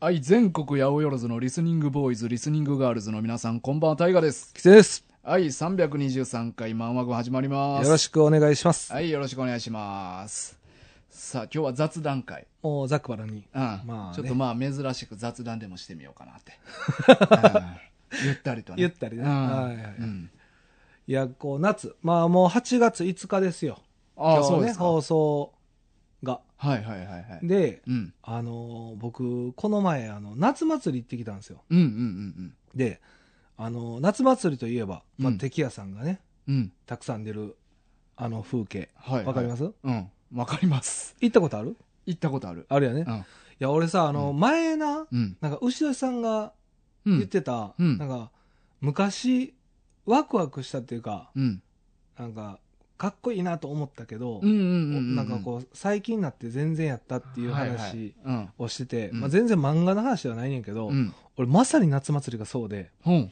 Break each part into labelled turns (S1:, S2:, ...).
S1: はい、全国八百万のリスニングボーイズ、リスニングガールズの皆さん、こんばんは、タイガです。
S2: キツネです。
S1: はい、323回、マンワグ始まりま
S2: よ
S1: す。
S2: ろしくお願いします。
S1: はい、よろしくお願いします。さあ、今日は雑談会。
S2: もうざくばらんに。
S1: うん。
S2: まあね
S1: ちょっとまあ、珍しく雑談でもしてみようかなっ て。うんゆったりとね。
S2: ゆったりね
S1: うん
S2: はいはいはい
S1: うん
S2: いや、こう、夏。まあもう8月5日ですよ。
S1: ああ、
S2: 今日
S1: そう
S2: ね
S1: ですか。
S2: 放送が。
S1: はいはいはいはい。
S2: で、
S1: うん。
S2: あのー僕、この前、あの、夏祭り行ってきたんですよ。
S1: うんうんうん
S2: で、あのー夏祭りといえば、まあ、
S1: うん
S2: 敵屋さんがね、
S1: うん。うん。
S2: たくさん出る、あの風景。
S1: はい、はい。
S2: わかりますす
S1: うん。わかります。
S2: 行ったことある
S1: 行ったことある。
S2: あるよね。
S1: う
S2: い
S1: ん。
S2: や、俺さ、あの、前な、
S1: うん。
S2: なんか、牛田さんが
S1: う
S2: 言っ
S1: ん。
S2: てた、
S1: うん
S2: なんか、昔、ワクワクしたっていうか、
S1: うん。
S2: なんか、かっこいいなと思ったけど、
S1: うんうんうんうん。
S2: なんかこう、最近になって全然やったっていう
S1: はいはい
S2: 話
S1: うん。
S2: をしてて、
S1: うん
S2: まあ、全然漫画の話ではないねんけど、
S1: うん。
S2: 俺まさに夏祭りがそうで、
S1: うん。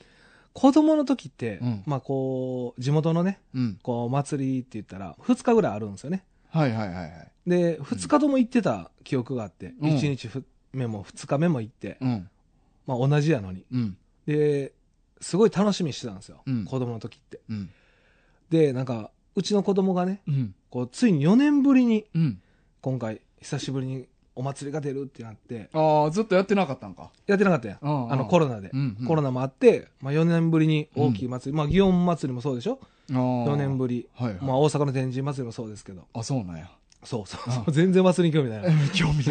S2: 子供の時って、
S1: うん
S2: まあこう、地元のね、
S1: うん。
S2: こう、祭りって言ったら、2日ぐらいあるんですよね。
S1: はいはいはいはい。
S2: で、2日とも行ってた記憶があって、
S1: うん
S2: 1日ふ目も2日目も行って、
S1: うん。
S2: まあ同じやのに。
S1: うん。
S2: で、すごい楽しみにしてたんですよ、
S1: うん
S2: 子供の時って。
S1: うん。
S2: で、なんか、うちの子供がね、
S1: うん。
S2: こう、ついに4年ぶりに、
S1: うん。
S2: 今回久しぶりにお祭りが出るってなって
S1: ああ、ずっとやってなかったんか。
S2: やってなかったやん
S1: うんうん
S2: あのコロナで、
S1: うんうん
S2: コロナもあって、まあ、4年ぶりに大きい祭り、まあ祇園祭りもそうでしょ
S1: 4
S2: 4年ぶり、
S1: はいはい。
S2: まあ、大阪の天神祭りもそうですけど
S1: あ、そうなんや。
S2: そうそうそう全然祭りに興味な いな
S1: 興味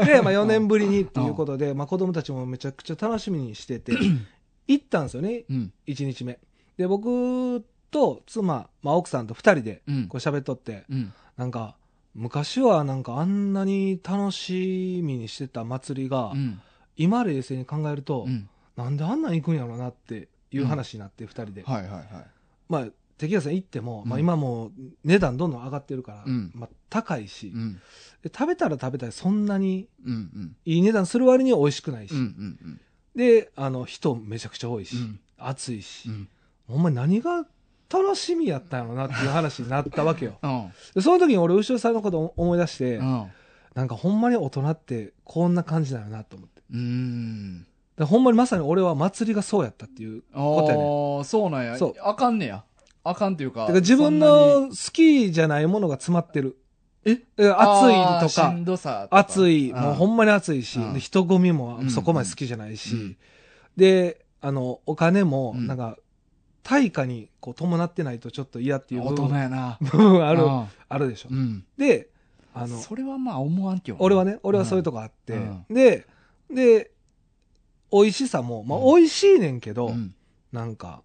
S1: ない。
S2: で、まあ、4年ぶりにっていうことで、まあ、子供たちもめちゃくちゃ楽しみにしてて行ったんですよね
S1: うん。
S2: 1日目で僕と妻、まあ、奥さんと2人で
S1: うん
S2: こう喋っとって、
S1: うん。
S2: なんか昔はなんかあんなに楽しみにしてた祭りが、
S1: うん。
S2: 今冷静に考えると、
S1: うん。
S2: なんであんなん行くんやろなっていう話になって、二人で、
S1: はいはいはい。
S2: まあ敵屋さん行っても、
S1: うん
S2: まあ、今もう値段どんどん上がってるから、
S1: うん
S2: まあ、高いし、
S1: うん。
S2: で食べたら食べたらそんなに
S1: うんうん。
S2: いい値段する割には美味しくないし、
S1: うんうん
S2: であの人めちゃくちゃ多いし、
S1: うん。
S2: 暑いし、
S1: うん。
S2: お前何が楽しみやったんやろなっていう話になったわけよ
S1: うん。
S2: でその時に俺後ろさんのことを思い出して、
S1: うん。
S2: なんかほんまに大人ってこんな感じだよなと思って
S1: うん。
S2: でほんまにまさに俺は祭りがそうやったっていうことやね
S1: ああ、そうなんや
S2: そう。
S1: あかんねや。あかんっていうか。
S2: だから自分
S1: そんなに
S2: の好きじゃないものが詰まってる。
S1: え
S2: だから
S1: あー
S2: 暑いと
S1: しん
S2: か、
S1: どさとか。
S2: 暑い、
S1: ん
S2: もうほんまに暑いし
S1: うん、
S2: で人混み
S1: うん
S2: もそこまで好きじゃないうし
S1: ん、
S2: で、あの、お金も、
S1: うん
S2: なんか、対価にこう伴ってないとちょっと嫌っていう
S1: 大
S2: 部
S1: 人
S2: 分
S1: やな。
S2: 部分ある、
S1: うん
S2: あるでしょ
S1: う。ん。
S2: で、あの、
S1: それはまあ思わんけどな
S2: 俺はね、俺はそういうとこあって
S1: うん、
S2: で、で、美味しさも、
S1: う
S2: まあ美味しいねんけ
S1: う
S2: ど、
S1: ん
S2: なんか、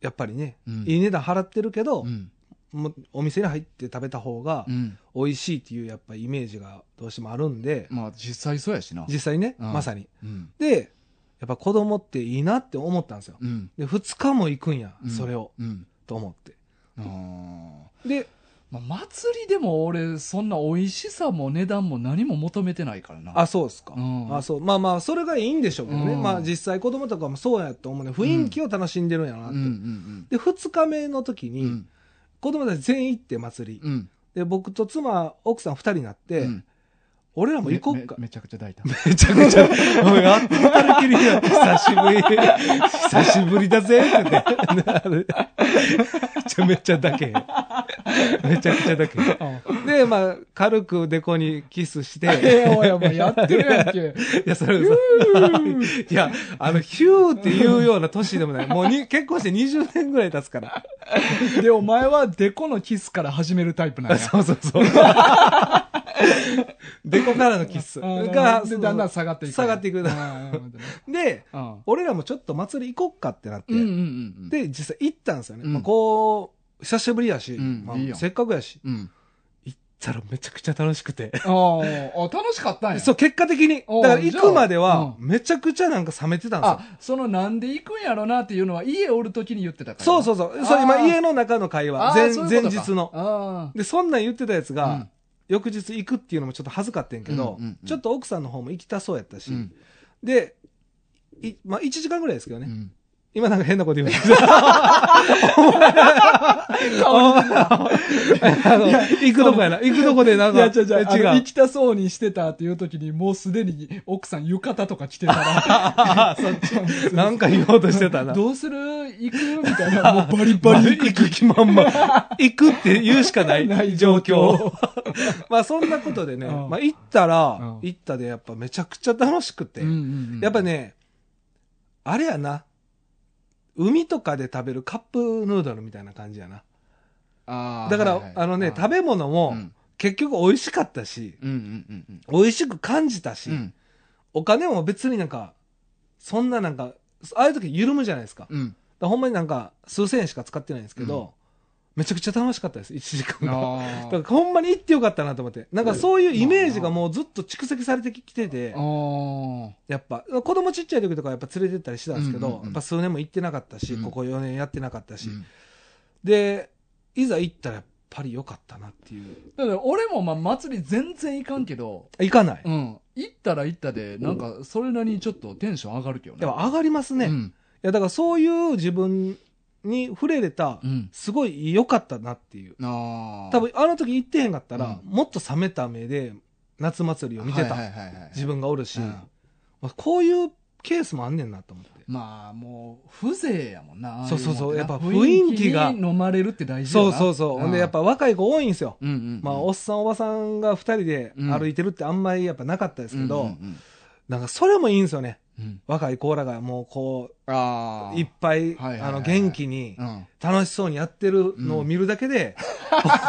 S2: やっぱりね、
S1: うん
S2: いい値段払ってるけど
S1: う、ん
S2: もうお店に入って食べた方が
S1: うん
S2: 美味しいっていうやっぱイメージがどうしてもあるんで、
S1: まあ実際そうやしな
S2: 実際ね、
S1: うん
S2: まさに
S1: うん
S2: でやっぱ子供っていいなって思ったんですよ
S1: うん
S2: で2日も行くんや、
S1: うん
S2: それを
S1: うん
S2: と思って
S1: あー
S2: で
S1: まあ祭りでも俺そんな美味しさも値段も何も求めてないからな
S2: あそうですか、
S1: うん
S2: あそうまあまあそれがいいんでしょうけどね、
S1: うん
S2: まあ実際子供とかもそうやと思うね雰囲気を楽しんでるんやな
S1: うん
S2: って、
S1: うん
S2: で2日目の時
S1: う
S2: に、
S1: ん
S2: 子供たち全員行って祭り、
S1: うん
S2: で僕と妻奥さん2人になって、
S1: うん
S2: 俺らも行こう
S1: め
S2: か
S1: めめちゃくちゃ大 胆
S2: めちゃくちゃ、おい、あっとたるきりや久しぶり、久しぶりだぜってね。なるめちゃめちゃだけ。めちゃくちゃだけ。で、まあ、軽くデコにキスして、
S1: ええおやもうやってるやんけ
S2: いや、それ嘘いや、あの、ヒューっていうような年でもない。もうに、結婚して20年ぐらい経つから。
S1: でお前はデコのキスから始めるタイプなんや
S2: そうそうそう。 デコからのキス
S1: うん
S2: が、
S1: でだんだん下がっていく
S2: 下がっていく
S1: うんうん
S2: で、
S1: うん
S2: 俺らもちょっと祭り行こっかってなって、
S1: うんうんうん
S2: で、実際行ったんですよね。
S1: うん
S2: まあ、こう、久しぶりやし、
S1: うん
S2: まあ
S1: いいよ
S2: せっかくやし、
S1: うん
S2: 行ったらめちゃくちゃ楽しくて。
S1: あーあ楽しかったんや
S2: そう、結果的に。だ
S1: おう
S2: から行くまでは、
S1: じ
S2: めちゃくちゃなんか冷めてたんですよ。
S1: あそのなんで行くんやろなっていうのは家おるときに言ってたから
S2: そう
S1: う
S2: そうそう。
S1: あー
S2: そう、今家の中の会話、前前日の。
S1: の
S2: で、そんなん言ってたやつが、
S1: うん
S2: 翌日行くっていうのもちょっと恥ずかってんけど、
S1: うんうんうん
S2: ちょっと奥さんの方も行きたそうやったし、
S1: うん
S2: で、いまあ1時間ぐらいですけどね、今なんか変なこと言うんですよ。お前あの、行くとこやな。行くとこでなん
S1: い
S2: か、
S1: や、違う違う。あの
S2: 違
S1: 行
S2: う。
S1: きたそうにしてたっていう時に、もうすでに奥さん浴衣とか着てた
S2: ああ、 そっち。なんか言おうとしてた
S1: ら、
S2: な。
S1: どうする行くみたいな、もうバリバリ。
S2: 行く気満々。行くって言うしかな
S1: ないい
S2: 状
S1: 状
S2: 況
S1: 況。
S2: まあそんなことでね、
S1: うん
S2: まあ行ったら、
S1: うん
S2: 行ったでやっぱめちゃくちゃ楽しくて、
S1: うんうんうん
S2: やっぱ、ね、あれやな、海とかで食べるカップヌードルみたいな感じやな。
S1: あー
S2: だから、
S1: はいはい
S2: あのね、
S1: ー
S2: 食べ物
S1: う
S2: も
S1: ん
S2: 結局美味しかったし、
S1: うんうんうん
S2: 美味しく感じたし、
S1: うんうん
S2: お金も別になんか、そんななんか、ああいう時緩むじゃないですか。だか
S1: うん
S2: らほんまになんか数千円しか使ってないんですけど、めちゃくちゃ楽しかったです、1時間が。
S1: あ
S2: だか
S1: ー
S2: らほんまに行ってよかったなと思って。なんかそういうイメージがもうずっと蓄積されてきてて
S1: あ、ー
S2: やっぱ、子供ちっちゃい時とかやっぱ連れてったりしてたんですけど、
S1: うんうんうん
S2: やっぱ数年も行ってなかったし、
S1: うん
S2: ここ4年やってなかったし、
S1: うん
S2: で、いざ行ったらやっぱり良かったなっていう。
S1: だから俺もまあ祭り全然行かんけど、
S2: 行かない。
S1: うん、行ったら行ったで、なんかそれなりにちょっとテンション上がるけどね。
S2: やっぱ上がりますね。
S1: う
S2: い
S1: ん
S2: や、だからそういう自分に触れれた
S1: う、ん。
S2: すごい良かったなっていう。
S1: ああ。
S2: 多分あの時行ってへんかったら、
S1: うん
S2: もっと冷めた目で夏祭りを見てた、
S1: はいはいはいはい
S2: 自分がおるし、
S1: うん
S2: まあこういうケースもあんねんなと思って。
S1: まあもう風情やもんな
S2: そうそうそう
S1: ああいの
S2: やっぱ
S1: な
S2: 雰囲気が
S1: に飲まれるって大事や
S2: そ
S1: な
S2: うそうそう。ほんでやっ、ぱ若い子多いんですよ。
S1: うんうんうん、
S2: まあ、おっさんおばさんが二人で歩いてるってあんまりやっぱなかったですけど、
S1: うんうん
S2: なんかそれもいいんですよね。
S1: うんうん
S2: 若い子らがもうこ
S1: ああ
S2: う、いっぱい、
S1: はいはいはい
S2: あの、元気に
S1: う、ん
S2: 楽しそうにやってるのを見るだけで、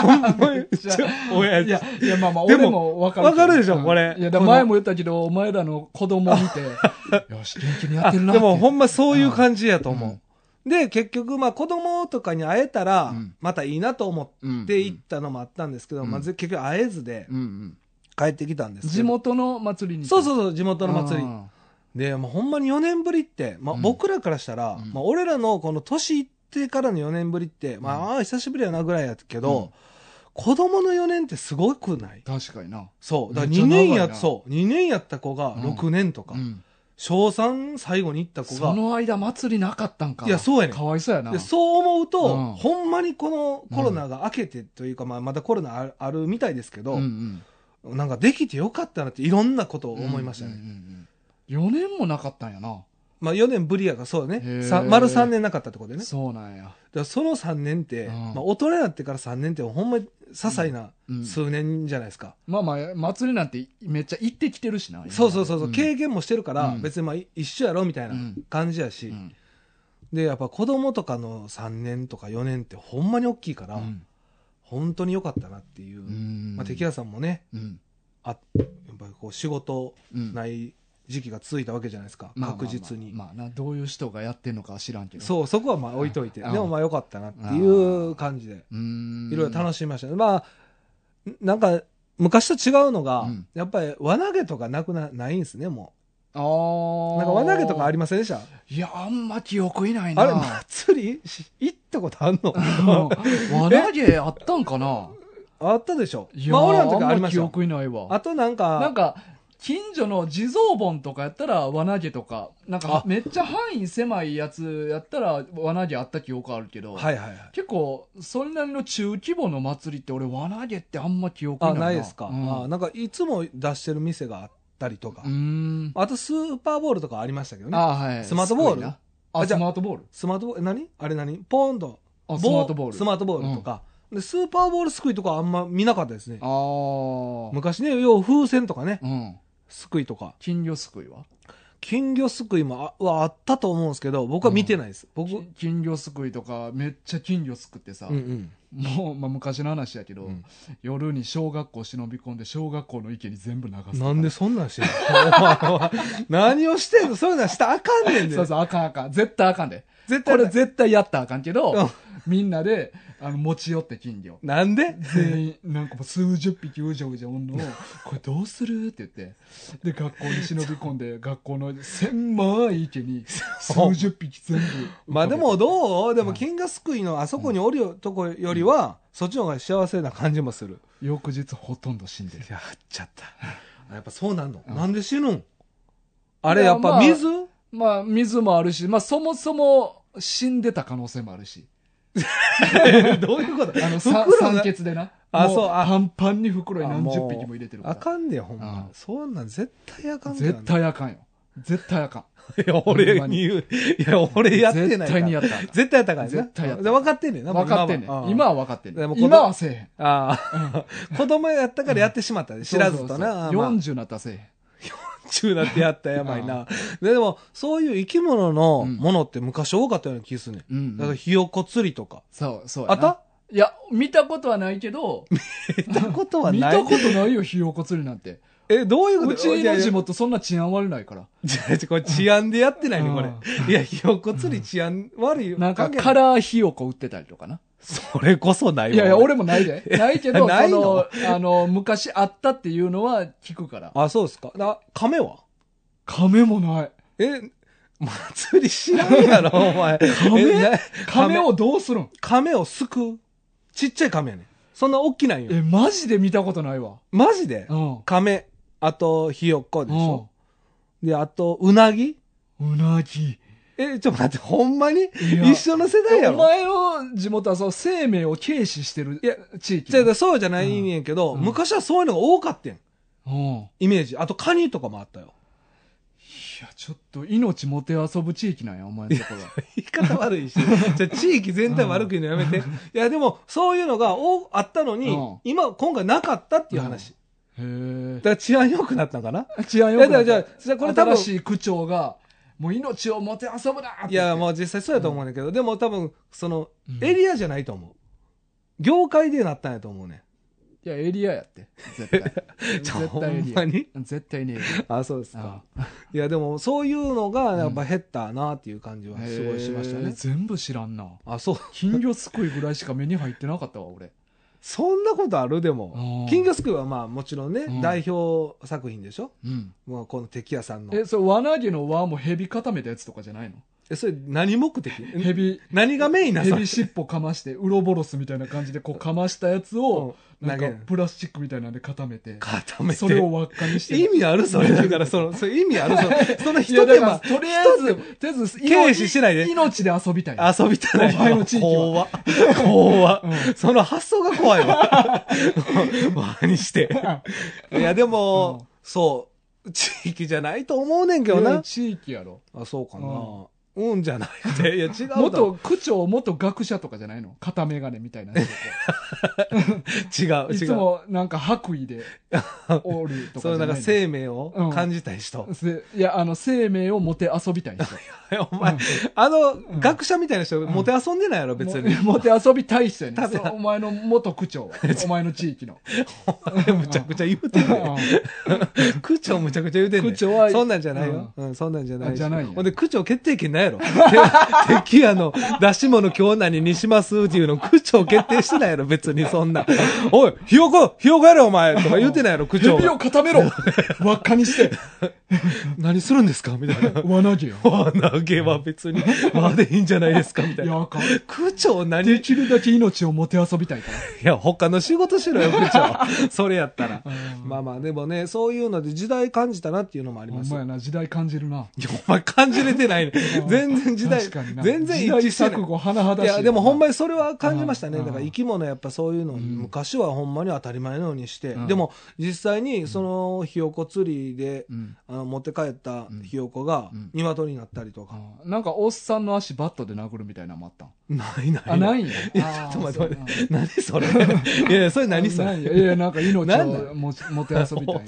S2: ほんまに、
S1: ちゃ
S2: ちょ親
S1: いや、いや、まあまあ、
S2: で
S1: 俺
S2: も
S1: もわかる。
S2: わかるでしょこれ
S1: いや、だから前も言ったけど、お前らの子供を見 て、よし、元気にやってるなっ
S2: で
S1: て。
S2: もほんまそういう感じやと思
S1: う。
S2: うんで、結局、まあ子供とかに会えたら
S1: うん、
S2: またいいなと思
S1: うん
S2: って行ったのもあったんですけど、
S1: うん
S2: まあぜ結局会えずで
S1: うんうん
S2: 帰ってきたんですけど。
S1: 地元の祭りに。
S2: そうそう
S1: う、
S2: そう、地元の祭り。で、もうほんまに4年ぶりって、まあ
S1: うん
S2: 僕らからしたら、
S1: うん
S2: まあ俺らのこの年いってからの4年ぶりって、まあああ久しぶりやなぐらいやけど、
S1: うん
S2: 子供の4年ってすごくない
S1: 確かにな。
S2: そう。だから
S1: めっち
S2: 2
S1: ゃ長い
S2: 年
S1: な
S2: や、そう。2年やった子が
S1: うん
S2: 6年とか、
S1: うん
S2: 小3最後に行った子
S1: そ
S2: が、
S1: の間祭りなかったんか。
S2: いやそうやねん
S1: かわいそうやな。
S2: でそう思うと、
S1: うん
S2: ほんまにこのコロナが明けてというか、まあまだコロナあるあるみたいですけど、
S1: うんうん
S2: なんかできてよかったなっていろんなことを思いましたね。
S1: うんうんうん。4年もなかったんやな。
S2: まあ4年ぶりやからそうだ
S1: へー
S2: ね。さ丸3年なかったってことでね。
S1: そうなんや。
S2: だからその3年って、
S1: うん
S2: まあ、大人になってから3年ってほんまに些細な
S1: うん
S2: 数年じゃないですか、
S1: まあまあ、祭りなんてめっちゃ行ってきてるしな。今
S2: そうそうそうそう、
S1: ん
S2: 経験もしてるから、
S1: うん
S2: 別にまあい一緒やろみたいな
S1: うん
S2: 感じやし、
S1: うん
S2: でやっぱ子供とかの3年とか4年ってほんまに大きいから、
S1: うん
S2: 本当に良かったなっていう、
S1: うん
S2: まあ、敵屋さんもね
S1: うん
S2: あやっぱりこう仕事
S1: うん
S2: ない時期が続いたわけじゃないですか、
S1: まあまあまあ
S2: 確実に、
S1: まあな、どういう人がやってんのかは知らんけど。
S2: そうそこはまあ置いといて、
S1: うん
S2: でもまあ良かったなっていう感じで
S1: うーん。
S2: いろいろ楽
S1: し
S2: しみましたね。まあ、なんか、昔と違うのが、
S1: うん
S2: やっぱり輪投げとかなくな、ないんですね、も
S1: あ
S2: う。
S1: ー
S2: なんか輪投げとかありませんでした
S1: いや、あんま記憶いないな。
S2: あれ、祭りし行ったことあんの
S1: うん輪投げあったんかな
S2: あったでしょ
S1: いや、
S2: まあ、俺らの時はあ
S1: あ
S2: り
S1: ん
S2: ま
S1: ま
S2: し
S1: 記
S2: たよ。
S1: 憶いない
S2: あ
S1: わ。
S2: となんか、
S1: なんか、近所の地蔵盆とかやったら輪投げとか、なんか
S2: あ
S1: めっちゃ範囲狭いやつやったら輪投げあった記憶あるけど、
S2: はいはいはい。
S1: 結構、それなりの中規模の祭りって俺輪投げってあんま記憶い
S2: あ、
S1: ないな。
S2: ないですか。
S1: うん
S2: あなんか、いつも出してる店があったりとか。
S1: うーん。
S2: あと、スーパーボールとかありましたけどね。
S1: あはい。
S2: スマートボ
S1: す
S2: ール
S1: ごいな
S2: あ
S1: あ、
S2: じゃ
S1: ス
S2: あ
S1: マートボール
S2: スマートボール、え何あれ何ポーンと。
S1: あ、ス
S2: 棒
S1: マートボール。
S2: スマートボールとか。で、スーパーボールすくいとかあんま見なかったですね。
S1: ああ。
S2: 昔ね、要は風船とかね、
S1: うん。
S2: すくいとか。
S1: 金魚すくいは
S2: 金魚すくいもあはあったと思うんですけど、僕は見てないです。僕、
S1: き金魚すくいとか、めっちゃ金魚すくってさ、
S2: うんうん。
S1: もう、まあ、昔の話やけど、
S2: うん
S1: 夜に小学校忍び込んで、小学校の池に全部流す。
S2: なんでそんなんしてんの お前は何をしてんのそういうのはしたらあかんねんで。
S1: そうそう、あかんあかん。絶対あかんで。
S2: 絶対
S1: こ
S2: あか
S1: れ
S2: ん
S1: 絶対やったらあかんけど、
S2: うん
S1: みんなで、あの、持ち寄って金魚。
S2: なんで
S1: 全員、なんかもう数十匹うじゃうじゃおん のを、これどうするって言って、で、学校に忍び込ん で、学校の狭い池に、数十匹全部。
S2: まあでも
S1: う
S2: どうでも金魚すくいのあそこにおるよとこよりは、そっちの方が幸せな感じもする。
S1: 翌日ほとんど死んでる。
S2: やっちゃった。やっぱそうなんの、
S1: うん
S2: なんで死ぬんあれやっ
S1: いや
S2: ぱ
S1: まあ
S2: 水、
S1: まあ、水もあるし、まあ、そもそも死んでた可能性もあるし。
S2: どういうこと
S1: あの、さ
S2: 袋
S1: 酸
S2: が
S1: 欠でな。
S2: あ
S1: も
S2: そうあ
S1: パンパンに袋に
S2: あ
S1: 何
S2: もう
S1: 十匹も入れてる
S2: あ
S1: か
S2: かんでよ、ほんま
S1: う。ん。
S2: そんなん絶対あからんから
S1: 絶対あかんよ。絶対あかん。
S2: いや、俺に言う。いや、俺やって
S1: 絶
S2: ないから。
S1: 対にや ったらあかん。
S2: 絶対やったからな。
S1: 絶対やった
S2: で分かってんねんな、もう
S1: 分かってんねん
S2: はうん
S1: 今は分かってんね
S2: でも
S1: ん
S2: 子供
S1: 今はせえへん。
S2: ああ。子供やったからやってしまったね。知らずとな。
S1: そうそうそう
S2: まあ
S1: 40なったらせえへん。
S2: 中なってやったやばいな。ででも、そういう生き物のものって昔多かったような気するね
S1: う
S2: ん。
S1: んうん
S2: だから、ひよこ釣りとか。
S1: そう、そうや
S2: あ
S1: な
S2: った
S1: いや、見たことはないけど、
S2: 見たことは
S1: 見
S2: な
S1: た
S2: い。
S1: ことないよ、ひよこ釣りなんて。
S2: え、どういうこと
S1: う ちの地
S2: 元。
S1: 元そんな治安悪ないから。
S2: じゃこれ治安でや ってないね、これ
S1: う。
S2: いや、ひよこ釣り治安悪いよ。
S1: なんか、
S2: 関係い
S1: カラーひよこ売ってたりとかな。
S2: それこそないわ。
S1: いやいや、。俺もないで。ないけど、
S2: ないの
S1: その、あの、昔あったっていうのは聞くから。
S2: あ、そうですか。な、亀は
S1: 亀もない。
S2: え、祭り知らん やろ、お前。
S1: 亀
S2: えな
S1: 亀をどうするん
S2: 亀をすくう。ちっちゃい亀やねん。そんな大きないよ。
S1: え、マジで見たことないわ。
S2: マジで
S1: うん。
S2: 亀、あと、ひよこでし
S1: うん
S2: ょ。で、あと、うなぎ
S1: うなぎ。
S2: え、ちょっと待って、ほんまに
S1: いや
S2: 一緒の世代や
S1: お
S2: ろ
S1: 前の地元はそう、生命を軽視してる
S2: いや
S1: 地域。
S2: じゃそうじゃないんやけど、
S1: うん
S2: 昔はそういうのが多かったん。
S1: うん。い
S2: イメージ。あと、カニとかもあ ったよ。
S1: や、ちょっと命もてあそぶ地域なんや、お前のと ころは。
S2: 言い方悪 いし。じゃあ地域全体悪く言うのやめて。いや、でも、そういうのが多あったのに、
S1: うん
S2: 今、今回なかったっていう話。
S1: へ
S2: だから治安良くなったんかな
S1: え。治安
S2: い
S1: よ
S2: や、
S1: く
S2: だか
S1: な
S2: ら
S1: い。
S2: じゃあ、じゃあこ
S1: こ
S2: れ
S1: れ
S2: 多分
S1: 新、しい区長が、もう命をもてあそぶなって言って。
S2: いや、もう実際そうやと思うねんだけど、でも多分、その、
S1: うん
S2: エリアじゃないと思う。業界でなったんやと思うね
S1: いや、エリアやって。絶対。
S2: ちょ
S1: 絶対エリ
S2: ほ
S1: ア。
S2: んまに
S1: 絶対にエリ
S2: ん。あ、 そうです
S1: ア。あ
S2: いや、でも、そういうのが、やっぱ減ったなっていう感じは
S1: あ
S2: すごいしました
S1: へえ
S2: ね。
S1: 全部知らんな。
S2: あ、そう。
S1: 金魚すくいぐらいしか目に入ってなかったわ、俺。
S2: そんなことあるで
S1: う
S2: も
S1: ん。
S2: 金魚すくいはまあ、もちろんね、
S1: うん
S2: 代表作品でしょ
S1: うん。
S2: もうこの敵屋さんの。
S1: え、それ、輪投げの輪も蛇固めたやつとかじゃないの
S2: え、それ何目的
S1: 蛇、
S2: 何がメ インなさ
S1: 蛇尻尾かまして、ウロボロスみたいな感じでこうかましたやつを、
S2: うん
S1: なん
S2: 投
S1: か
S2: げる
S1: プラスチックみたいなんで固めて、
S2: 固めて。
S1: それを輪っかにして。
S2: 意味ある それ。だから、その、それ意味あるそれ
S1: い
S2: その
S1: や、
S2: 一
S1: だ
S2: 手
S1: から、
S2: 間、
S1: とりあえず、とりあえず、
S2: 軽視しないで
S1: 命で遊びたい。
S2: 遊びたない。
S1: お前の地域
S2: 怖怖、
S1: う
S2: その発想が 怖いわ。バにして。いや、でも、
S1: うん
S2: そう、地域じゃないと思うねんけど
S1: い や
S2: な。
S1: 地域やろ。
S2: あ、そうかな。うん、じゃないって。いや、違うだ ろ
S1: 元区長、元学者とかじゃないの片眼鏡みたいな人とか。
S2: 違う、
S1: い
S2: 違
S1: つ
S2: う。
S1: もなんか白衣でおるとかじ
S2: そ
S1: ゃ
S2: う、
S1: な
S2: ないん
S1: の
S2: か生命を感じたい人。
S1: せいや、あの、生命をもて遊びたい人。
S2: お前、
S1: うん
S2: あの、
S1: ん
S2: 学者みたいな人、モテ遊んでないやろ、 別に。
S1: ももて遊びたい人 やね
S2: た
S1: ん。
S2: だ
S1: そうお前の元区長は。お前の地域 の。
S2: お前むちゃくちゃ言うてんねん。区長むちゃくちゃ言うてんねん。
S1: 区長は
S2: そんなんじゃないよ。うん、そんなんじゃないし
S1: あじゃないんや
S2: ほんで、区長決定権ない やろ。て敵やの、出し物今日何にしますっていうの、区長決定してないやろ、別にそんな。おい、ひよこ、ひよこやろ、お前とか言うてないやろ、区長
S1: 指。を固め ろ輪っかにして。
S2: 何するんですかみたいな。
S1: 輪投げよ。
S2: わ投げは別に、まあでいいんじゃないですかみ たい
S1: いや、
S2: な。
S1: あかん。
S2: 区長何
S1: で
S2: い
S1: きるだけ命をもて遊びたいから。
S2: や、他の仕事しろよ、区長。それやったら。
S1: うん
S2: まあまあ、でもね、そういうので時代感じたなっていうのもあり
S1: ほ
S2: ま
S1: ん
S2: す
S1: ま。やな、時代感じるな。
S2: いや、お前感じれてないね。全然時代、
S1: 確かにな
S2: 全然一致して
S1: 時代
S2: ない
S1: 錯。誤、甚だし
S2: い
S1: い。
S2: や、でもほんまにそれは感じましたね。
S1: う
S2: だ
S1: ん
S2: から生き物やっぱそういうの、
S1: ん
S2: 昔はほんまに当たり前のようにして、
S1: うん
S2: でも実際にそのひよこ釣りで、
S1: うん
S2: あの持って帰ったひよこが
S1: うん
S2: 鶏になったりとか。
S1: あーなんか、おっさんの足バットで殴るみたいなのもあったん。
S2: ないない。
S1: あ、ないんや。
S2: いや、ちょっと待って
S1: あー
S2: 待って。何それ。 いやいや、それ何そ
S1: な
S2: れ
S1: ん。やいや、なんか命
S2: なんな
S1: をもち持て遊びたいんか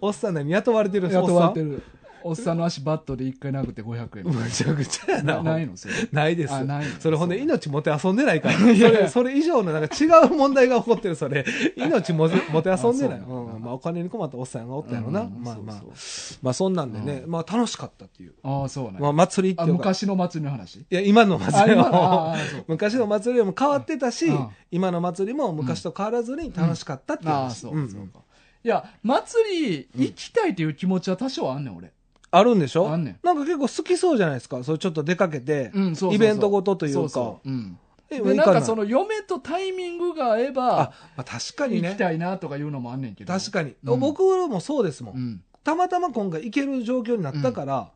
S2: おっさん何 雇われてる
S1: な。
S2: ん
S1: 雇われて
S2: る。
S1: る。おっさんの足バットで一回殴って500円
S2: おっ
S1: み
S2: さんむちゃくちゃや
S1: たいな。
S2: な。
S1: なないのそれ。
S2: ないです
S1: あない。
S2: それほんで
S1: そう
S2: 命もて遊んでない から。それ、それ以上のなんか違う問題が起こってる、それ。命もてもて遊んでな
S1: あそ
S2: い。
S1: うなんだ
S2: うんまあお金に困ったおっさんがおったやろな。
S1: うん
S2: まあまあ
S1: そう。そ
S2: まあそんなんでね、まあ楽しかったっていう。
S1: うああ、そうなん
S2: ま
S1: や
S2: あ祭りって
S1: あ、
S2: いうか。
S1: 昔の祭りの話
S2: いや、今の祭り
S1: あ今のあ
S2: は
S1: あそう。
S2: 昔の祭りも変わってたし
S1: うん、
S2: 今の祭りも昔と変わらずに楽しかったっていう
S1: ああ、
S2: 話。
S1: そうう、
S2: ん
S1: そうか。いや、祭り行きたいという気持ちは多少あんねん、俺。
S2: あるんでしょ
S1: あ
S2: なんん
S1: ね
S2: か結構好きそうじゃないですか。それちょっと出かけて
S1: う、ん、そうそうそう
S2: イベントごとという
S1: そ
S2: か
S1: そううん。
S2: え
S1: で、なんかそ
S2: の、
S1: の嫁とタイミングが合え
S2: あ
S1: ば、、
S2: まあ確かに
S1: 行き
S2: ね。
S1: たいなとかいうのもあんねんけど。
S2: 確かに。
S1: うん
S2: 僕もそうですもん
S1: う。ん。
S2: たまたま今回行ける状況になったから、